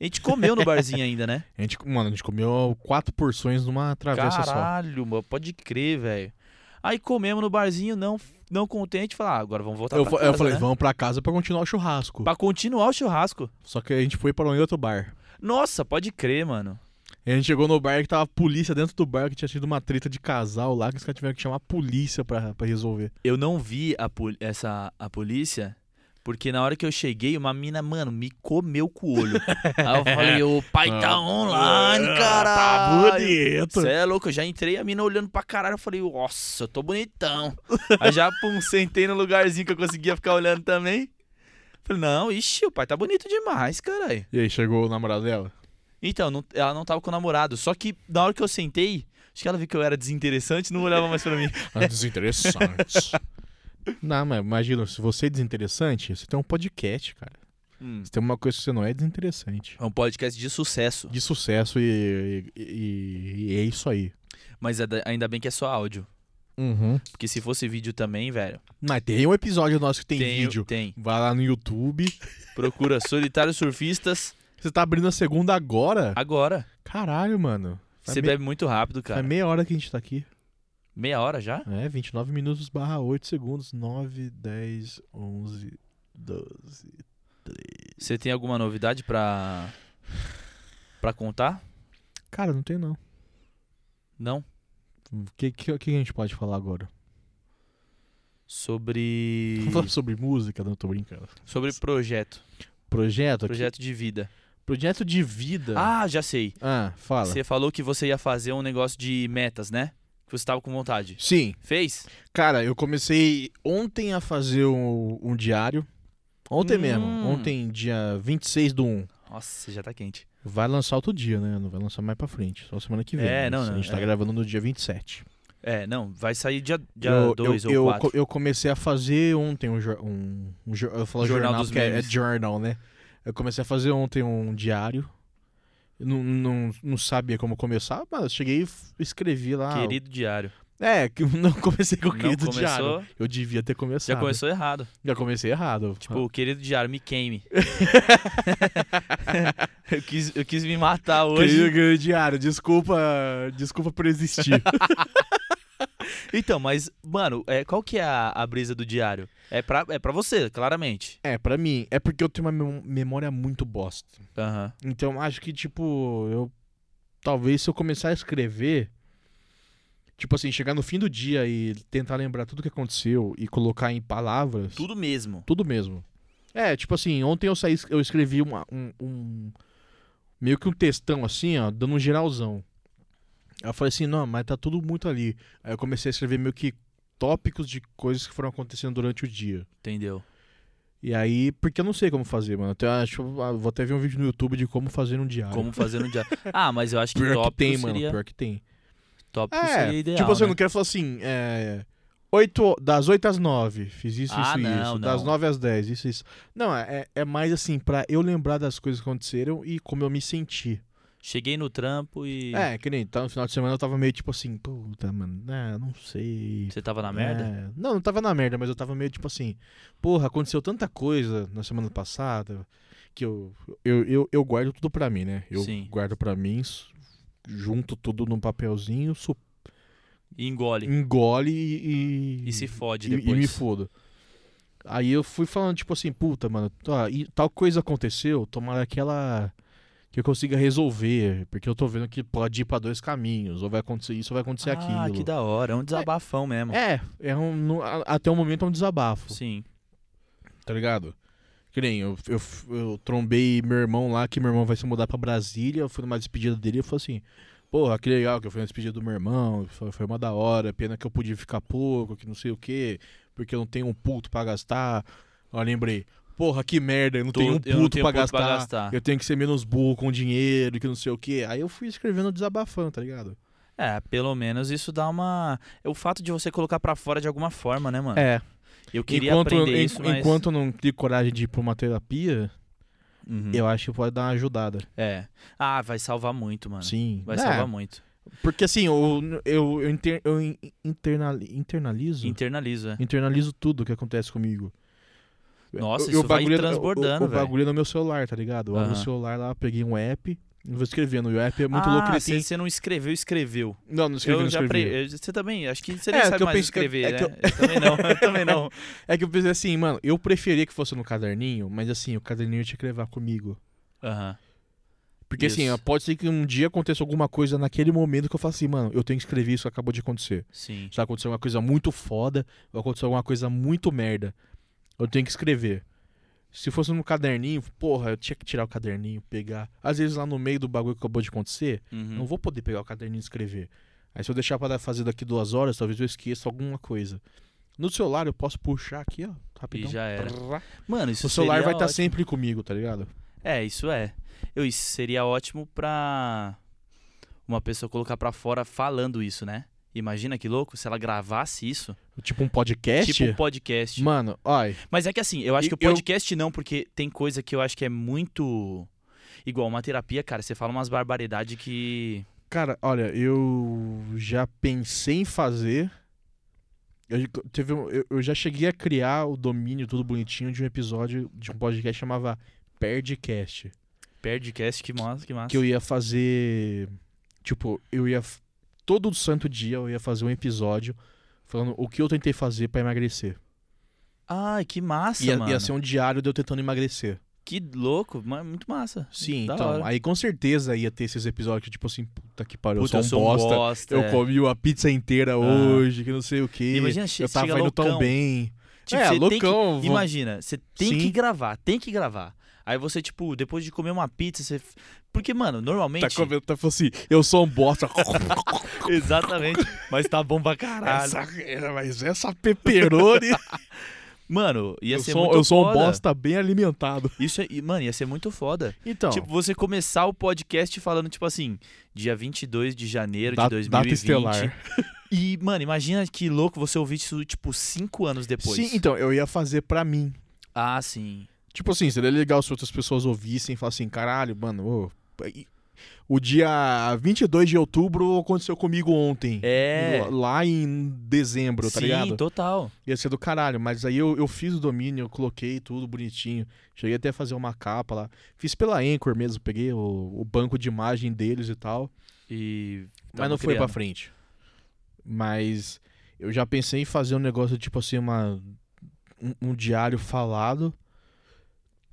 A gente comeu no barzinho ainda, né?
A gente, mano, a gente comeu quatro porções numa travessa Ah, só.
Caralho, mano, pode crer, velho. Aí comemos no barzinho, não, não contente, falar, ah, agora vamos voltar
eu,
pra
fa- eu
casa,
falei,
né?
vamos pra casa pra continuar o churrasco.
Pra continuar o churrasco.
Só que a gente foi pra um outro bar.
Nossa, pode crer, mano.
E a gente chegou no bar que tava a polícia dentro do bar, que tinha tido uma treta de casal lá, que os caras tiveram que chamar a polícia pra, pra resolver.
Eu não vi a pol- essa a polícia, porque na hora que eu cheguei, uma mina, mano, me comeu com o olho. Aí eu falei, o pai tá online,
Tá
caralho.
bonito.
Você é louco, eu já entrei, a mina olhando pra caralho, eu falei, nossa, eu tô bonitão. Aí já, pum, sentei no lugarzinho que eu conseguia ficar olhando também. Falei, não, ixi, o pai tá bonito demais, caralho.
E aí chegou o namorado dela?
Então, não- ela não tava com o namorado. Só que na hora que eu sentei, acho que ela viu que eu era desinteressante e não olhava mais pra mim.
Ah, Desinteressante. Não, mas imagina, se você é desinteressante, você tem um podcast, cara.
Hum,
Se tem uma coisa que você não é, é desinteressante.
É um podcast de sucesso.
De sucesso e- e- e- e é isso aí.
Mas é da- ainda bem que é só áudio.
Uhum.
Porque se fosse vídeo também, velho.
Mas tem um episódio nosso que tem,
tem-
vídeo.
Tem.
Vai lá no YouTube.
Procura Solitários Surfistas
Você tá abrindo a segunda
Ah.
agora?
agora.
Caralho, mano. Faz
Você
mei-
bebe muito rápido,
faz
cara.
meia hora que a gente tá aqui.
Meia hora já?
É, 29 minutos barra 8 segundos. 9, 10, 11, 12.
Você tem alguma novidade pra. pra contar?
Cara, não tem não.
Não?
O que, que, que a gente pode falar agora?
Sobre.
Vamos falar sobre música? Não, tô brincando.
Sobre projeto.
Projeto? aqui.
Projeto de vida.
Projeto de vida.
Ah, já sei.
Ah, fala.
Você falou que você ia fazer um negócio de metas, né? Que você tava com vontade.
Sim.
Fez?
Cara, eu comecei ontem a fazer um, um diário. Ontem
Hum.
mesmo. Ontem, dia 26 do 1.
Nossa, já tá quente.
Vai lançar outro dia, né? Não vai lançar mais pra frente. Só semana que vem.
É, não,
Mas A
não,
gente tá
é.
gravando no dia 27.
É, não, vai sair dia
eu,
2
eu,
ou
eu,
4.
co- eu comecei a fazer ontem um. jor- um, um jor- eu vou falar
Jornal
jornal,
dos
porque é, é
memes.
journal, né? Eu comecei a fazer ontem um diário. Eu Não, não, não sabia como começar, mas eu cheguei e f- escrevi lá.
Querido diário.
É, que eu não comecei com Ah, o
Não
querido
começou?
diário. Eu devia ter começado.
Já começou errado.
Já comecei errado.
Tipo, querido diário, me queime. eu, quis, eu quis me matar
Ah,
hoje.
querido, querido diário, desculpa, desculpa por existir.
Então, mas, mano, é, qual que é a, a brisa do diário? É pra, é pra você, claramente.
é, pra mim, é porque eu tenho uma mem- memória muito bosta.
Aham.
Então acho que, tipo, eu. Talvez se eu começar a escrever. Tipo assim, chegar no fim do dia e tentar lembrar tudo que aconteceu e colocar em palavras.
Tudo mesmo.
Tudo mesmo. É, tipo assim, ontem eu saí, eu escrevi uma- um, um- Meio que um textão assim, ó, dando um geralzão. Aí Eu falei assim, não, mas tá tudo muito ali. Aí eu comecei a escrever meio que tópicos de coisas que foram acontecendo durante o dia.
Entendeu?
E aí, porque eu não sei como fazer, mano. Até, acho, ah, vou até ver um vídeo no YouTube de como fazer um diário.
Como fazer no diário. Ah, mas eu acho que
Pior que
tópico
tem, mano.
seria...
Pior que tem.
Tópico
É,
seria ideal,
tipo assim, eu
né?
não quero falar assim, é... oito- das 8 às 9, fiz isso,
Ah,
isso e
não,
isso.
não.
Das 9 às 10, isso isso. Não, é, é mais assim, pra eu lembrar das coisas que aconteceram e como eu me senti.
Cheguei no trampo e...
É, que nem, então, no final de semana eu tava meio tipo assim, puta, mano, né, não sei.
Você tava Tá na merda?
É, não, não tava na merda, mas eu tava meio tipo assim, porra, aconteceu tanta coisa na semana passada que eu, eu, eu, eu guardo tudo pra mim, né? Eu
Sim.
guardo pra mim, s- junto tudo num papelzinho, su
E engole.
engole e.
E se fode
e-
depois.
E me foda. Aí eu fui falando, tipo assim, puta, mano, tá, e tal coisa aconteceu, tomara que ela. que eu consiga resolver, porque eu tô vendo que pode ir pra dois caminhos, ou vai acontecer isso ou vai acontecer
ah,
aquilo.
que da hora. É um desabafão mesmo.
É, é um, no- a- até o momento é um desabafo,
Sim.
tá ligado? Que nem, eu, eu, eu trombei meu irmão lá, que meu irmão vai se mudar pra Brasília, eu fui numa despedida dele e falei assim, porra, que legal que eu fui na despedida do meu irmão, foi, foi uma da hora, pena que eu podia ficar pouco, que não sei o quê, porque eu não tenho um puto pra gastar. Ó, lembrei, porra, que merda, eu não
Tô-
tenho um
eu não
puto,
tenho
pra,
puto pra
gastar,
gastar.
eu tenho que ser menos burro com dinheiro, que não sei o quê. Aí eu fui escrevendo desabafando, tá ligado?
É, pelo menos isso dá uma... é O fato de você colocar pra fora de alguma forma, né, mano?
É,
Eu queria
enquanto,
aprender
en-
isso, mas...
enquanto eu não tenho coragem de ir pra uma terapia...
Uhum.
Eu acho que pode dar uma ajudada.
É. Ah, vai salvar muito, mano.
Sim.
Vai
É,
salvar muito.
Porque assim, eu, eu, eu, inter- eu in- internali- internalizo.
Internalizo, é.
Internalizo tudo que acontece comigo.
Nossa,
Eu-
isso
eu
vai
bagulho-
transbordando,
O, o
velho.
bagulho é no meu celular, tá ligado? Eu abro o
Aham.
celular lá, peguei um app, não vou escrevendo. E o app é muito
ah,
louco, ele
se
tem...
Você não escreveu, escreveu.
Não, não escrevi,
eu
não
já pre-
escrevi.
eu- Você também, acho que você
É,
nem
é que
sabe
eu
mais
penso que-
escrever,
é
né?
que
Eu também não, eu também não.
É que eu pensei assim, mano, eu preferia que fosse no caderninho, mas assim, o caderninho tinha que levar comigo.
Aham.
Porque assim,
Isso.
ó, pode ser que um dia aconteça alguma coisa naquele momento que eu falo assim, mano, eu tenho que escrever isso que acabou de acontecer.
Sim.
Se acontecer alguma coisa muito foda, ou acontecer alguma coisa muito merda, eu tenho que escrever. Se fosse no caderninho, porra, eu tinha que tirar o caderninho, pegar. Às vezes lá no meio do bagulho que acabou de acontecer,
Uhum.
não vou poder pegar o caderninho e escrever. Aí se eu deixar pra fazer daqui duas horas, talvez eu esqueça alguma coisa. No celular eu posso puxar aqui, ó, rapidão.
E já era.
Prrrá.
Mano, isso
um O celular
seria
vai estar
ótimo.
sempre comigo, tá ligado?
É, isso é. Eu, isso seria ótimo pra uma pessoa colocar pra fora falando isso, né? Imagina que louco se ela gravasse isso.
Tipo um podcast.
Tipo um podcast.
Mano, olha.
Mas é que assim, eu acho
E-
que o
eu-
podcast não, porque tem coisa que eu acho que é muito. Igual uma terapia, cara, você fala umas barbaridades que.
Cara, olha, eu já pensei em fazer. Eu, já- teve um- eu, eu já cheguei a criar o domínio tudo bonitinho de um episódio de um podcast que chamava Perdcast.
Perde cast, que massa, que massa.
Que eu ia fazer. Tipo, eu ia. f- Todo santo dia eu ia fazer um episódio falando o que eu tentei fazer pra emagrecer.
Ai, que massa,
ia,
mano.
ia ser um diário de eu tentando emagrecer.
Que louco, ma- muito massa.
Sim,
Da
então.
hora.
Aí com certeza ia ter esses episódios, tipo assim, puta que pariu,
Puta,
eu sou um bosta. Eu
é.
comi uma pizza inteira
Ah.
hoje, que não sei o quê.
Imagina, che-
eu tava
chega
indo
loucão.
tão bem.
Tipo,
É,
você tem que-
loucão, vão-
Imagina, você tem
Sim.
que gravar, tem que gravar. Aí você, tipo, depois de comer uma pizza, você. f- Porque, mano, normalmente.
Tá comendo, tá falando assim, eu sou um bosta.
Exatamente. Mas tá bom pra caralho.
essa, é, mas essa peperoni.
Mano, ia
eu,
ser
sou,
muito
eu sou um
foda.
bosta bem alimentado.
Isso é, e, mano, ia ser muito foda.
Então,
Tipo, você começar o podcast falando, tipo assim, dia 22 de janeiro
da-
de 2020.
data estelar.
E, mano, imagina que louco você ouvir isso, tipo, cinco anos depois.
Sim, então, eu ia fazer pra mim.
Ah, sim.
Tipo assim, seria legal se outras pessoas ouvissem e falassem, caralho, mano, ô, aí- o dia 22 de outubro aconteceu comigo ontem.
É.
Lá- Lá em dezembro, tá
sim,
ligado?
total.
Ia ser do caralho, mas aí eu, eu fiz o domínio, eu coloquei tudo bonitinho. Cheguei até a fazer uma capa lá. Fiz pela Anchor mesmo, peguei o, o banco de imagem deles e tal.
E.
mas não foi pra frente. Mas eu já pensei em fazer um negócio tipo assim, uma, um, um diário falado.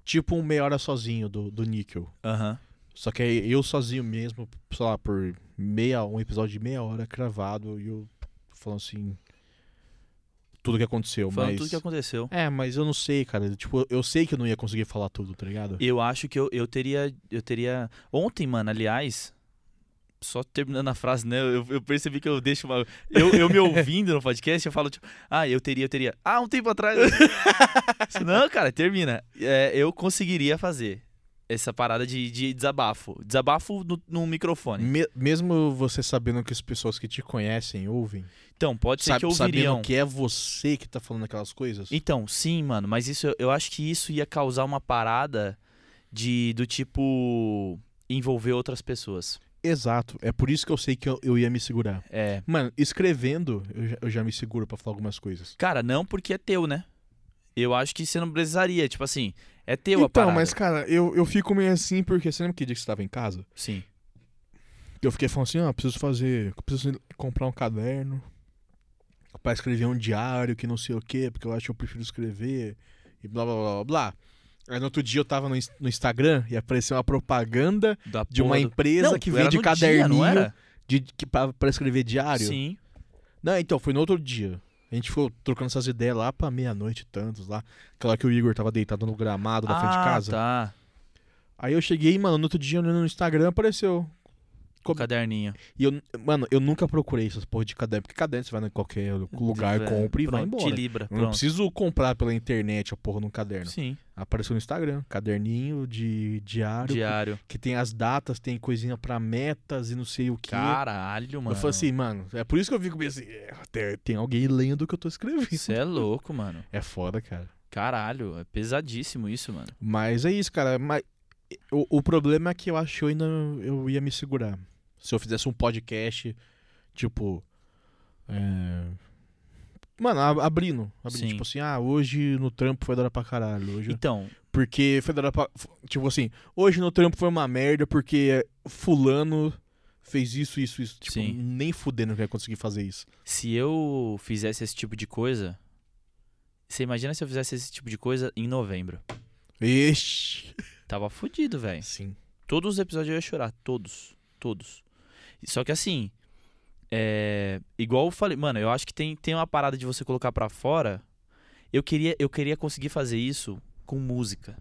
Tipo um meia hora sozinho do, do Níquel.
Aham.
Só que aí eu sozinho mesmo, sei lá, por meia, um episódio de meia hora cravado e eu falando assim. Tudo que aconteceu,
Falando
mas.
tudo que aconteceu.
É, mas eu não sei, cara. Tipo, eu sei que eu não ia conseguir falar tudo, tá ligado?
Eu acho que eu, eu teria. Eu teria. Ontem, mano, aliás. Só terminando a frase, né? Eu, eu percebi que eu deixo uma. Eu, eu me ouvindo no podcast, eu falo, tipo, ah, eu teria, eu teria. Ah, um tempo atrás. Não, cara, termina. É, eu conseguiria fazer essa parada de, de desabafo. Desabafo no, no microfone.
Me- mesmo você sabendo que as pessoas que te conhecem ouvem,
Então, pode ser
sa-
que
sabendo
ouviriam.
que é você que tá falando aquelas coisas.
Então, sim, mano, mas isso eu- eu acho que isso ia causar uma parada de do tipo envolver outras pessoas.
Exato. É por isso que eu sei que eu, eu ia me segurar.
É.
Mano, escrevendo, eu já, eu já me seguro pra falar algumas coisas.
Cara, não porque é teu, né? Eu acho que você não precisaria, tipo assim, é teu a
então,
parada.
mas cara, eu, eu fico meio assim porque você lembra que dia que você tava em casa?
sim.
Eu fiquei falando assim, ah, preciso fazer, preciso comprar um caderno pra escrever um diário que não sei o quê, porque eu acho que eu prefiro escrever e blá blá blá blá. blá. Aí no outro dia eu tava no, ins- no Instagram e apareceu uma propaganda
Da
de
porra
uma
do-
empresa
Não,
que
era
vende
no dia,
caderninho
não era?
de que pra, pra escrever diário.
Sim. Ah,
Não, então, foi no outro dia. A gente ficou trocando essas ideias lá pra meia-noite e tantos lá. Aquela que o Igor tava deitado no gramado da frente de
Ah,
casa.
tá.
Aí eu cheguei, mano, no outro dia olhando no Instagram apareceu.
O caderninho.
E eu, mano, eu nunca procurei essas porra de caderno, porque caderno você vai em qualquer lugar,
Velho,
compra e vai
É, pronto,
embora.
Te libra,
Eu não
pronto.
preciso comprar pela internet a porra no caderno.
Sim.
Apareceu no Instagram, caderninho de diário,
Diário.
que tem as datas, tem coisinha pra metas e não sei o que.
Caralho, mano.
Eu falei assim, mano, é por isso que eu fico meio assim, é, tem, tem alguém lendo o que eu tô escrevendo.
Você é louco, mano.
É foda, cara.
Caralho, é pesadíssimo isso, mano.
Mas é isso, cara. Mas o, o problema é que eu acho que eu ainda eu ia me segurar. Se eu fizesse um podcast, tipo. é, Mano, a- abrindo. abrindo
Sim.
tipo assim, ah, hoje no trampo foi da hora pra caralho. Hoje...
Então,
Porque foi da hora pra. f- Tipo assim, hoje no trampo foi uma merda porque Fulano fez isso, isso, isso. Tipo,
Sim.
nem fudendo que eu ia conseguir fazer isso.
Se eu fizesse esse tipo de coisa. Você imagina se eu fizesse esse tipo de coisa em novembro?
Ixi.
Tava fudido, velho.
Sim.
Todos os episódios eu ia chorar. Todos. Todos. Só que assim. É. Igual eu falei. Mano, eu acho que tem, tem uma parada de você colocar pra fora. Eu queria, eu queria conseguir fazer isso com música.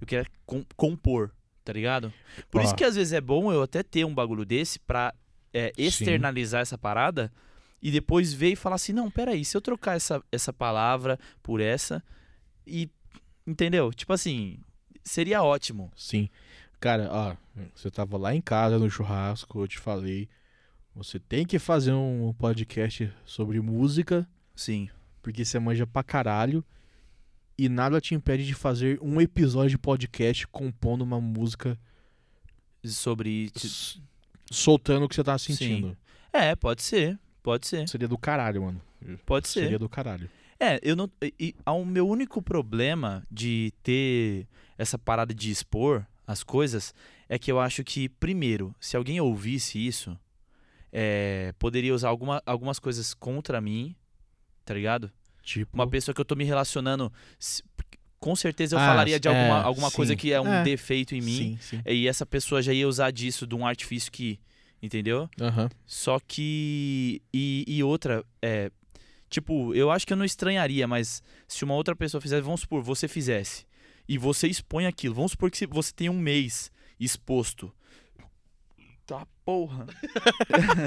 Eu queria com- compor, tá ligado? Por
Ó.
isso que às vezes é bom eu até ter um bagulho desse pra é,
Sim.
externalizar essa parada e depois ver e falar assim: não, peraí, se eu trocar essa, essa palavra por essa e. Entendeu? Tipo assim, seria ótimo.
Sim. Cara, ó, você tava lá em casa no churrasco, eu te falei. Você tem que fazer um podcast sobre música,
Sim.
porque você manja pra caralho. E nada te impede de fazer um episódio de podcast compondo uma música,
Sobre. ti-
s- soltando o que você tá sentindo.
É, pode ser. Pode ser.
Seria do caralho, mano.
Pode ser.
Seria do caralho.
É, eu não. E, e, a- o meu único problema de ter essa parada de expor as coisas é que eu acho que, primeiro, se alguém ouvisse isso, é, poderia usar alguma, algumas coisas contra mim, tá ligado?
Tipo.
Uma pessoa que eu tô me relacionando. se- com certeza eu
Ah,
falaria de alguma,
é,
alguma
sim.
coisa que é um
É,
defeito em mim.
Sim, sim.
E essa pessoa já ia usar disso de um artifício que. Entendeu?
Aham.
Só que. E, e outra, é. Tipo, eu acho que eu não estranharia, mas se uma outra pessoa fizesse, vamos supor, você fizesse, e você expõe aquilo, vamos supor que se- você tem um mês exposto. Tá porra.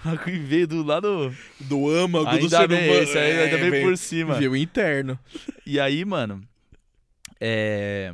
O bagulho veio do lado.
Do âmago do
Ainda
ser
bem,
humano. É,
isso aí, ainda bem por cima.
Viu interno.
E aí, mano, é...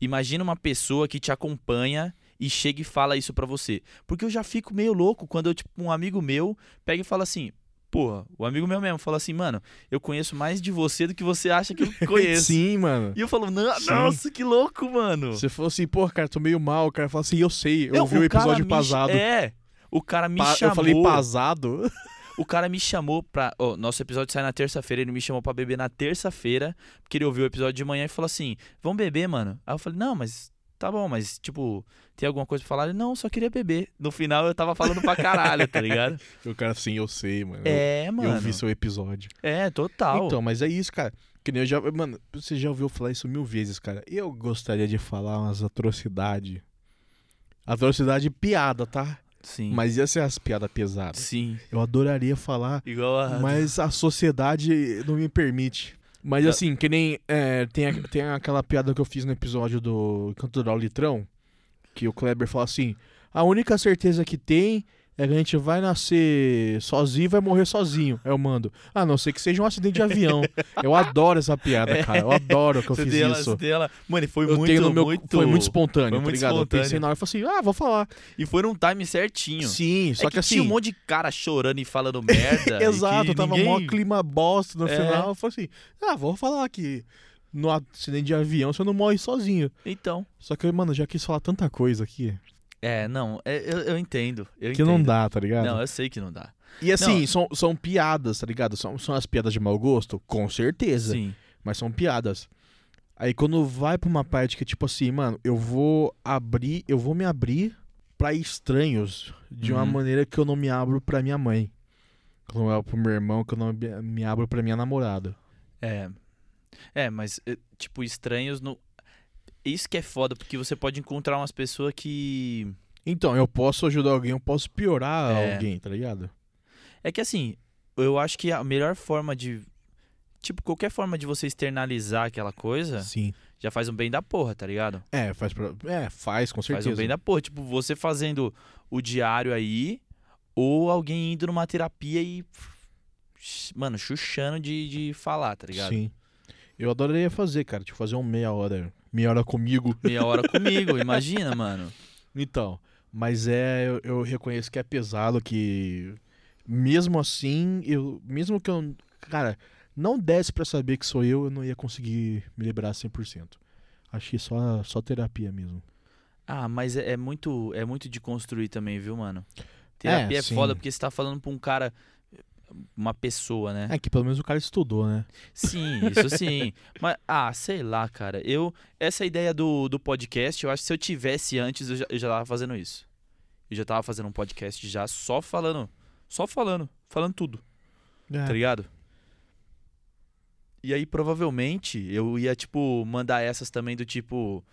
imagina uma pessoa que te acompanha e chega e fala isso pra você. Porque eu já fico meio louco quando eu, tipo, um amigo meu pega e fala assim, porra, o amigo meu mesmo fala assim, mano, eu conheço mais de você do que você acha que eu conheço.
Sim, mano.
E eu falo, "Não,
Sim.
nossa, que louco, mano.
Se fosse, assim, pô, cara, tô meio mal, o cara fala assim, eu sei, eu
Não,
ouvi o
cara
episódio
me-
passado.
É, o cara me
Pa-
chamou.
Eu falei pasado.
O cara me chamou pra. ó, nosso episódio sai na terça-feira, ele me chamou pra beber na terça-feira, porque ele ouviu o episódio de manhã e falou assim: vamos beber, mano. Aí eu falei: não, mas tá bom, mas tipo, tem alguma coisa pra falar? Ele: não, só queria beber. No final eu tava falando pra caralho, tá ligado?
O cara assim, eu sei, mano. eu-
É,
Eu
mano.
vi seu episódio.
É, total.
Então, mas é isso, cara. Que nem eu já. Mano, você já ouviu falar isso mil vezes, cara. Eu gostaria de falar umas atrocidades. Atrocidade e piada, tá?
Sim.
Mas ia ser as piadas pesadas.
Sim.
Eu adoraria falar,
Igual a.
mas a sociedade não me permite. Mas
Tá.
assim, que nem. é, tem, a- tem aquela piada que eu fiz no episódio do Cantoral Litrão. Que o Kleber fala assim: a única certeza que tem. É que a gente vai nascer sozinho e vai morrer sozinho. Aí eu mando. A não ser que seja um acidente de avião. Eu adoro essa piada, cara. Eu adoro que eu
É. Você
fiz
tem ela-
isso.
você tem ela- Mano, e foi
Eu
muito,
tenho no meu.
muito.
Foi muito espontâneo,
foi
tá
muito
ligado? Eu pensei
espontâneo.
na hora e falei assim: ah, vou falar.
E foi num time certinho.
Sim, só
é
que, assim.
Tinha um monte de cara chorando e falando merda.
Exato,
e que
tava
ninguém...
mó clima bosta no
É.
final. Eu falei assim: ah, vou falar que no acidente de avião você não morre sozinho.
Então.
Só que, mano, eu já quis falar tanta coisa aqui
É, não, é, eu, eu entendo. Eu
que não
entendo.
dá, tá ligado?
Não, eu sei que não dá.
e assim, são, são piadas, tá ligado? São, são as piadas de mau gosto? Com certeza.
Sim.
Mas são piadas. Aí quando vai pra uma parte que é tipo assim, mano, eu vou abrir, eu vou me abrir pra estranhos de uma
Uhum.
maneira que eu não me abro pra minha mãe. Que eu não me abro pro meu irmão, que eu não me- me abro pra minha namorada.
É. É, mas, é, tipo, estranhos no. Isso que é foda, porque você pode encontrar umas pessoas que.
Então, eu posso ajudar alguém, eu posso piorar
É.
alguém, tá ligado?
É que assim, eu acho que a melhor forma de. Tipo, qualquer forma de você externalizar aquela coisa
Sim.
já faz um bem da porra, tá ligado?
É, faz pra... É, faz, com certeza.
Faz um bem da porra. Tipo, você fazendo o diário aí, ou alguém indo numa terapia e. Mano, chuchando de, de falar, tá ligado?
Sim. Eu adoraria fazer, cara, tipo, fazer um meia hora. Meia hora comigo.
Meia hora comigo, imagina, mano.
Então, mas é, eu, eu reconheço que é pesado, que mesmo assim, eu, mesmo que eu, cara, não desse pra saber que sou eu, eu não ia conseguir me liberar 100%. Acho que só, só terapia mesmo.
Ah, mas é, é muito é muito de construir também, viu, mano? Terapia é,
sim.
foda porque você tá falando pra um cara, uma pessoa, né?
É que pelo menos o cara estudou, né?
Sim, isso sim. Mas, ah, sei lá, cara. Eu essa ideia do, do podcast, eu acho que se eu tivesse antes, eu já, eu já tava fazendo isso. Eu já tava fazendo um podcast já só falando, só falando, falando tudo
É.
tá ligado? E aí, provavelmente, eu ia, tipo, mandar essas também do tipo,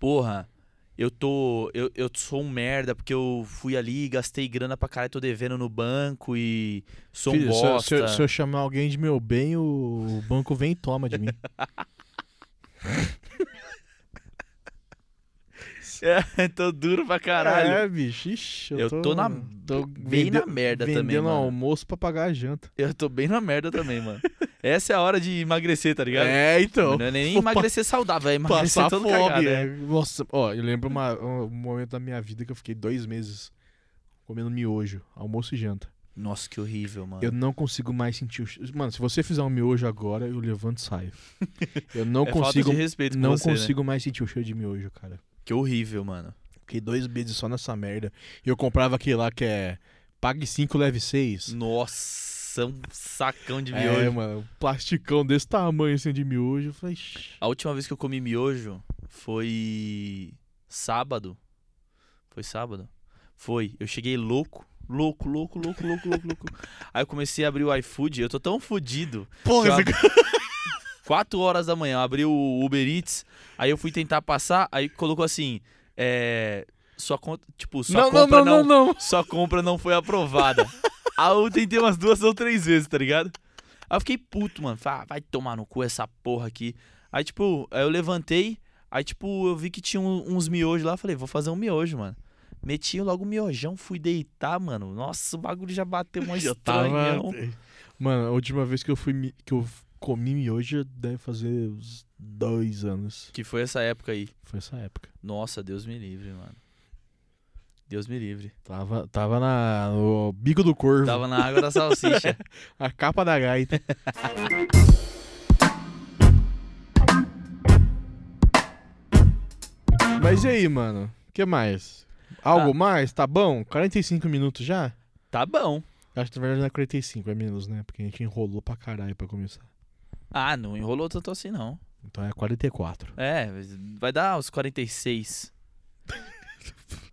porra, eu tô. Eu, eu sou um merda porque eu fui ali, gastei grana pra caralho, tô devendo no banco e sou um
Filho, se eu- se,
bosta.
eu, se eu chamar alguém de meu bem, o banco vem e toma de mim.
É, tô duro pra caralho.
É, bicho, ixi, eu,
Eu tô na-
tô
bem na merda também,
Vendendo
mano. Tá
almoço pra pagar a janta.
Eu tô bem na merda também, mano. Essa é a hora de emagrecer, tá ligado?
É, então.
Não é nem
Pô,
emagrecer saudável, é emagrecer
Passar
todo
fome.
cagado.
é.
né?
Nossa, ó, eu lembro uma- um momento da minha vida que eu fiquei dois meses comendo miojo, almoço e janta.
Nossa, que horrível, mano.
Eu não consigo mais sentir o. che- Mano, se você fizer um miojo agora, eu levanto e saio. Eu não
é
consigo.
falta de respeito com
Não
você, né?
consigo mais sentir o cheiro de miojo, cara.
Que horrível, mano.
Fiquei dois meses só nessa merda. E eu comprava aquele lá que é. Pague 5, leve 6.
Nossa, um sacão de miojo.
É, mano, um plasticão desse tamanho assim de miojo. Eu falei, "Ixi".
A última vez que eu comi miojo foi sábado. Foi sábado? Foi. Eu cheguei louco. Louco, louco, louco, louco, louco, louco. Aí eu comecei a abrir o iFood. Eu tô tão fudido.
Porra,
que eu
esse
ab- Quatro horas da manhã, eu abri o Uber Eats. Aí eu fui tentar passar. Aí colocou assim: É. Sua conta. Tipo, sua compra não,
não.
Sua compra não foi aprovada. Aí eu tentei umas duas ou três vezes, tá ligado? Aí eu fiquei puto, mano. Falei, ah, vai tomar no cu essa porra aqui. Aí, tipo, aí eu levantei. Aí, tipo, eu vi que tinha um- uns miojos lá. Falei, vou fazer um miojo, mano. Meti logo o miojão, fui deitar, mano. Nossa, o bagulho já bateu mó
Já tava-
estranhão.
Mano, a última vez que eu fui mi- que eu comi miojo deve fazer uns dois anos.
Que foi essa época aí.
Foi essa época.
Nossa, Deus me livre, mano. Deus me livre.
Tava, tava na, no bico do corvo,
Tava na água da salsicha.
a capa da gaita. Mas e aí, mano? O que mais? Algo
Ah.
mais? Tá bom? 45 minutos já?
tá bom.
Acho que na verdade não é 45, é menos, né? Porque a gente enrolou pra caralho pra começar.
Ah, não enrolou tanto assim, não.
Então é 44.
É, vai dar uns 46.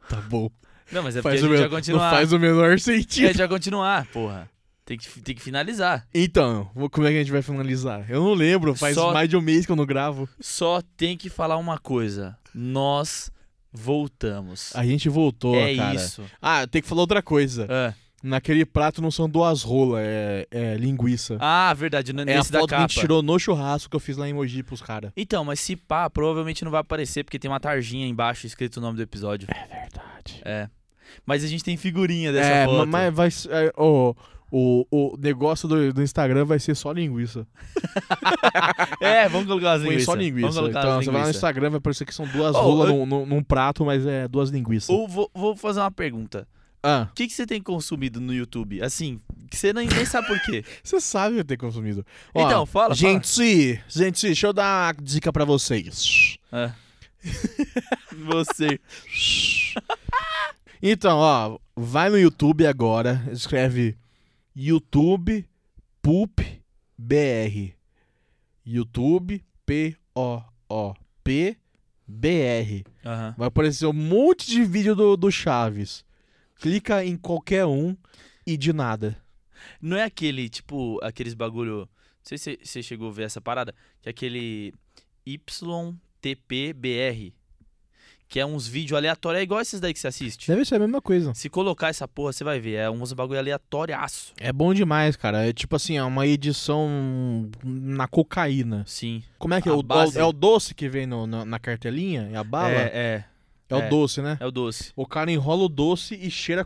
Tá bom.
Não, mas é
Faz
porque
o
a gente
men-
já continuar.
Não faz o menor
É,
sentido.
já continuar, porra. Tem que, tem que finalizar.
Então, vou- como é que a gente vai finalizar? Eu não lembro, faz
Só-
mais de um mês que eu não gravo.
Só tem que falar uma coisa. Nós voltamos.
A gente voltou,
é
Ah, cara.
isso.
Ah, tem que falar outra coisa.
Ah,
Naquele prato não são duas rolas, é, é linguiça.
Ah, verdade, n-
é a
nesse da
foto que a
capa.
gente tirou no churrasco que eu fiz lá em Mogi pros caras.
Então, mas se pá, provavelmente não vai aparecer porque tem uma tarjinha embaixo escrito o nome do episódio.
É verdade.
É. Mas a gente tem figurinha dessa
É, ma-
foto.
mas vai. s- é, o, o, o negócio do, do Instagram vai ser só linguiça.
É, vamos colocar as
Foi
linguiças.
só linguiça.
Vamos colocar
Então,
as
você vai lá no
linguiças.
Instagram, vai parecer que são duas
Oh,
rolas
eu-
num, num- num prato, mas é duas linguiças.
Ou vou, vou fazer uma pergunta.
Ah,
O que, que você tem consumido no YouTube? Assim, que você nem, nem sabe por quê.
você sabe eu ter consumido. Ó,
então, fala,
Gente, gente, deixa eu dar uma dica pra vocês.
fala. Ah. Você.
Então, ó, vai no YouTube agora, escreve YouTube Pup BR. YouTube P O O P BR.
Aham.
Vai aparecer um monte de vídeo do, do Chaves. Clica em qualquer um e de nada.
Não é aquele, tipo, aqueles bagulho. Não sei se você- você chegou a ver essa parada. Que é aquele YTPBR. Que é uns vídeos aleatórios. É igual esses daí que você assiste.
Deve ser a mesma coisa.
Se colocar essa porra, você vai ver. É uns bagulho aleatóriaço.
É bom demais, cara. É tipo assim, é uma edição na cocaína.
Sim.
Como é que é?
A
O,
base-
é o doce que vem no- na- na cartelinha? É a bala? É,
É, é.
o
é.
doce, né?
É o doce.
O cara enrola o doce e cheira a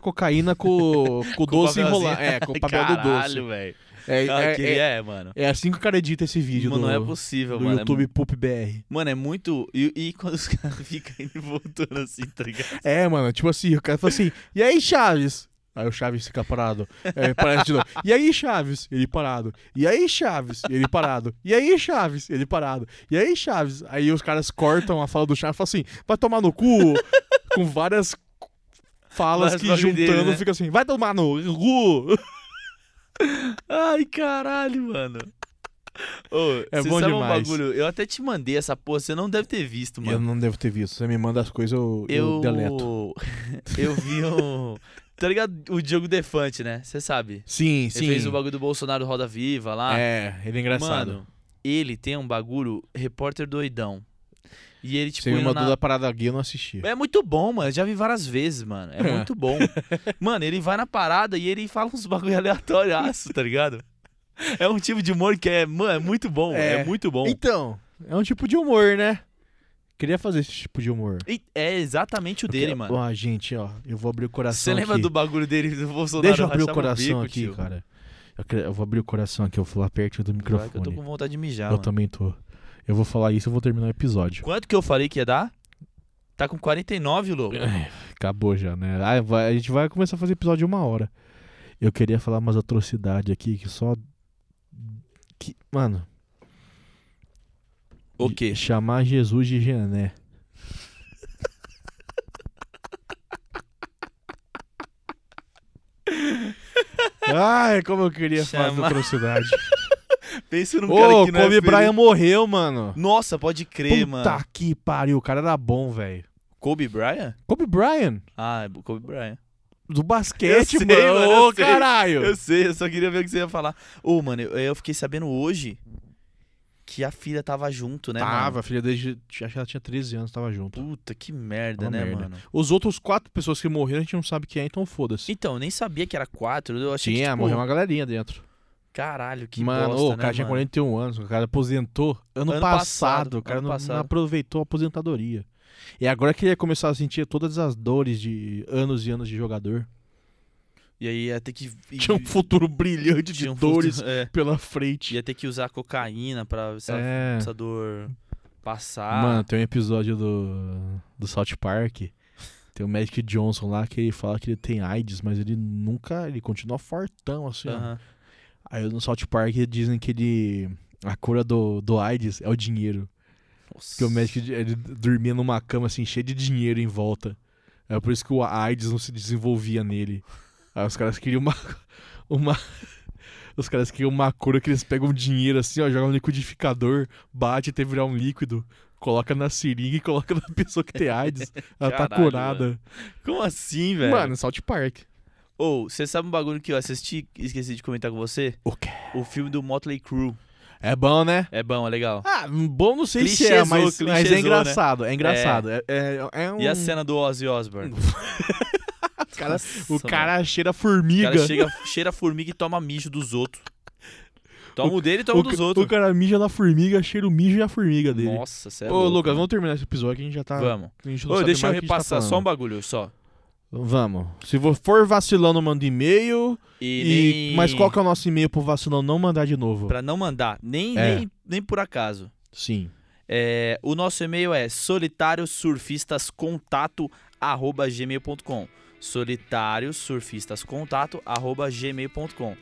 cocaína com, com o doce
papelzinho.
enrolado. É, com o papel do doce.
Caralho, velho.
É,
Ah,
é,
que
é,
é, mano.
é assim que o cara edita esse vídeo
Mano,
do,
não é possível,
do
mano.
YouTube
É, mu-
Pup BR.
mano, é muito. E, e quando os caras ficam indo e voltando assim, tá ligado?
É, mano, tipo assim, o cara fala assim, e aí, Chaves? Aí o Chaves fica parado. É, parece de novo. E aí, Chaves? Ele parado. E aí, Chaves? Ele parado. E aí, Chaves? Ele parado. E aí, Chaves? Aí os caras cortam a fala do Chaves e falam assim, vai tomar no cu, com várias falas
Vários
que
nomes
juntando
dele, né?
fica assim, vai tomar no cu.
Ai, caralho, mano. Ô,
É
cê
bom
sabe
demais.
Um bagulho? Eu até te mandei essa porra, você não deve ter visto,
Eu
mano.
não devo ter visto. Você me manda as coisas, eu, eu... deleto.
eu vi um. Tá ligado? O Diogo Defante, né? Você sabe.
Sim,
Ele
sim.
fez o bagulho do Bolsonaro Roda Viva lá.
É, ele é engraçado.
Mano, ele tem um bagulho repórter doidão. E ele, tipo,
Você me
indo
mandou
na-
da parada gay, eu não assisti.
É muito bom, mano. Eu já vi várias vezes, mano. É
É.
muito bom. Mano, ele vai na parada e ele fala uns bagulho aleatóriaço, tá ligado? É um tipo de humor que é, mano, é muito bom. É,
É.
muito bom.
Então, é um tipo de humor, né? Queria fazer esse tipo de humor.
E é exatamente o dele, mano.
Ó, gente, ó, eu vou abrir o coração
Você lembra
aqui.
do bagulho dele do Bolsonaro?
Deixa eu abrir o
rachar meu
coração
bico,
aqui,
tio?
cara. Eu, quero- eu vou abrir o coração aqui, eu vou falar perto do
Vai
microfone.
que eu tô com vontade de mijar,
Eu
mano.
também tô. Eu vou falar isso e vou terminar o episódio.
Quanto que eu falei que ia dar? Tá com 49, louco.
Ai, Acabou já, né? Ah, vai- a gente vai começar a fazer episódio de uma hora. Eu queria falar umas atrocidades aqui que só. Que, mano,
O quê?
chamar Jesus de Jeané. Ai, como eu queria falar da
Chamar-
atrocidade.
Pensa num cara
Ô,
que não é
Kobe
feliz.
Bryant morreu, mano.
Nossa, pode crer,
Puta
mano.
que pariu, o cara era bom, velho.
Kobe Bryant?
Kobe Bryant,
Ah, é Kobe Bryant.
do basquete,
Eu sei,
mano.
mano,
Ô,
eu sei.
caralho.
Eu sei, eu só queria ver o que você ia falar. Ô, mano, eu, eu fiquei sabendo hoje que a filha tava junto, né,
tava,
mano?
a filha desde. Acho que ela tinha 13 anos, tava junto.
Puta, que merda,
Tava
né,
merda.
mano?
Os outros quatro pessoas que morreram, a gente não sabe quem é, então foda-se.
Então, eu nem sabia que era quatro. Eu achei
Tinha,
que, tipo,
morreu uma galerinha dentro.
caralho, que
mano,
bosta,
ô,
né,
o cara tinha
mano?
41 anos, o cara aposentou ano,
Ano
passado,
passado,
o cara
ano
não, não
passado.
aproveitou a aposentadoria. E agora que ele ia começar a sentir todas as dores de anos e anos de jogador.
E aí ia ter que...
Tinha um futuro brilhante de
Tinha um
dores
futuro- é.
pela frente.
Ia ter que usar cocaína pra essa,
É.
essa Ah. dor passar.
Mano, tem um episódio do, do South Park. Tem o Magic Johnson lá que ele fala que ele tem AIDS, mas ele nunca. Ele continua fortão, assim, ó.
Aham.
Aí no South Park dizem que ele. A cura do, do AIDS é o dinheiro.
Nossa.
um Que o Magic ele dormia numa cama assim, cheia de dinheiro em volta. É por isso que o AIDS não se desenvolvia nele. Aí os caras queriam uma. uma os caras queriam uma cura que eles pegam dinheiro assim, ó, jogam no liquidificador, bate até virar um líquido, coloca na seringa e coloca na pessoa que tem AIDS. Ela tá
Caralho,
curada.
Como assim, velho?
Mano, South Park.
Ou, você sabe um bagulho que eu assisti e esqueci de comentar com você?
O quê?
O filme do Motley Crue.
É bom, né?
É bom, é legal.
Ah, bom não sei se é,
Clichêzou,
mas, mas
clichêzou, né?
é engraçado, é engraçado. É, é- é um...
E a cena do Ozzy Osbourne?
o cara, o
Nossa,
cara cheira
mano. é O
formiga.
cara chega, cheira a formiga e toma mijo dos outros. Toma o, dele e toma
o,
o Então, dos
ca- é
outros.
o cara mija na formiga, cheira o mijo e a formiga dele.
Nossa, sério.
Ô, Lucas, vamos terminar esse episódio que a gente já tá.
Vamos.
a gente não
Ô,
sabe
deixa eu
mais o que a gente tá
repassar só um
falando.
bagulho só.
Vamos. Se vo- for vacilando, manda e-mail.
E,
E...
nem-
Mas qual que é o nosso e-mail pro vacilão não mandar de novo?
Pra não mandar, nem,
É.
nem, nem por acaso.
Sim.
É, o nosso e-mail é solitariosurfistascontato@gmail.com. Solitariosurfistascontato@gmail.com.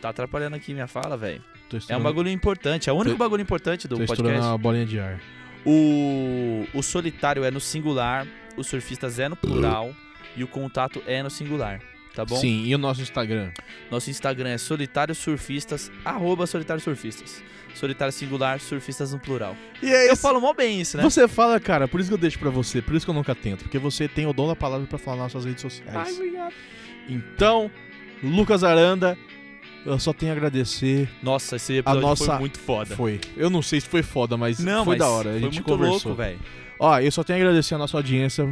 Tá atrapalhando aqui minha fala, velho. É
Tô
um
estourando-
bagulho importante, é o único
Tô-
bagulho importante do
Tô estourando
podcast.
uma bolinha de ar.
O, o solitário é no singular, o surfistas é no plural e o contato é no singular. Tá bom?
Sim, e o nosso Instagram?
Nosso Instagram é solitariosurfistas, arroba solitariosurfistas. Solitário singular, surfistas no plural.
E é
Eu falo mó bem isso, né?
Você fala, cara, por isso que eu deixo pra você, por isso que eu nunca tento, porque você tem o dom da palavra pra falar nas suas redes sociais.
obrigado.
Então, Lucas Aranda, eu só tenho a agradecer.
Nossa, esse episódio foi
nossa-
muito foda.
Foi. Eu não sei se foi foda, mas
Não,
foi
mas
da hora. A
foi
gente
muito
conversou.
louco, velho.
Ó, eu só tenho a agradecer a nossa audiência.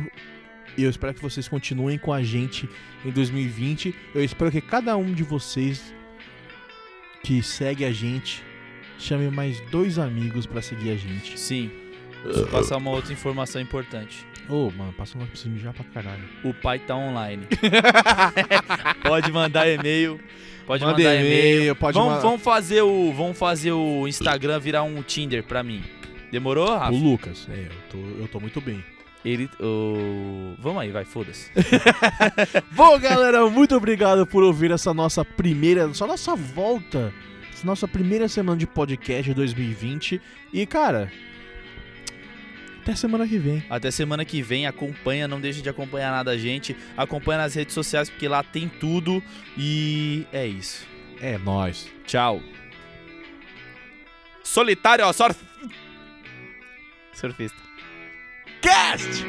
E eu espero que vocês continuem com a gente em 2020. Eu espero que cada um de vocês que segue a gente chame mais dois amigos pra seguir a gente.
Sim. Preciso passar uma outra informação importante.
Ô, mano, passa uma preciso mijar pra caralho.
O pai tá online. pode mandar e-mail. Pode
Manda
mandar e-mail.
pode
vamos,
mandar.
vamos fazer o, vamos fazer o Instagram virar um Tinder pra mim. Demorou, Rafa?
O Lucas, é, eu tô, eu tô muito bem.
Ele, o... Vamos aí, vai, foda-se.
Bom, galera, muito obrigado por ouvir essa nossa primeira, essa nossa volta, essa nossa primeira semana de podcast de 2020. E, cara, até semana que vem.
Até semana que vem, acompanha, não deixa de acompanhar nada a gente. Acompanha nas redes sociais, porque lá tem tudo. E é isso.
É nóis.
Tchau. Solitário, ó, surf... Surfista.
Cast!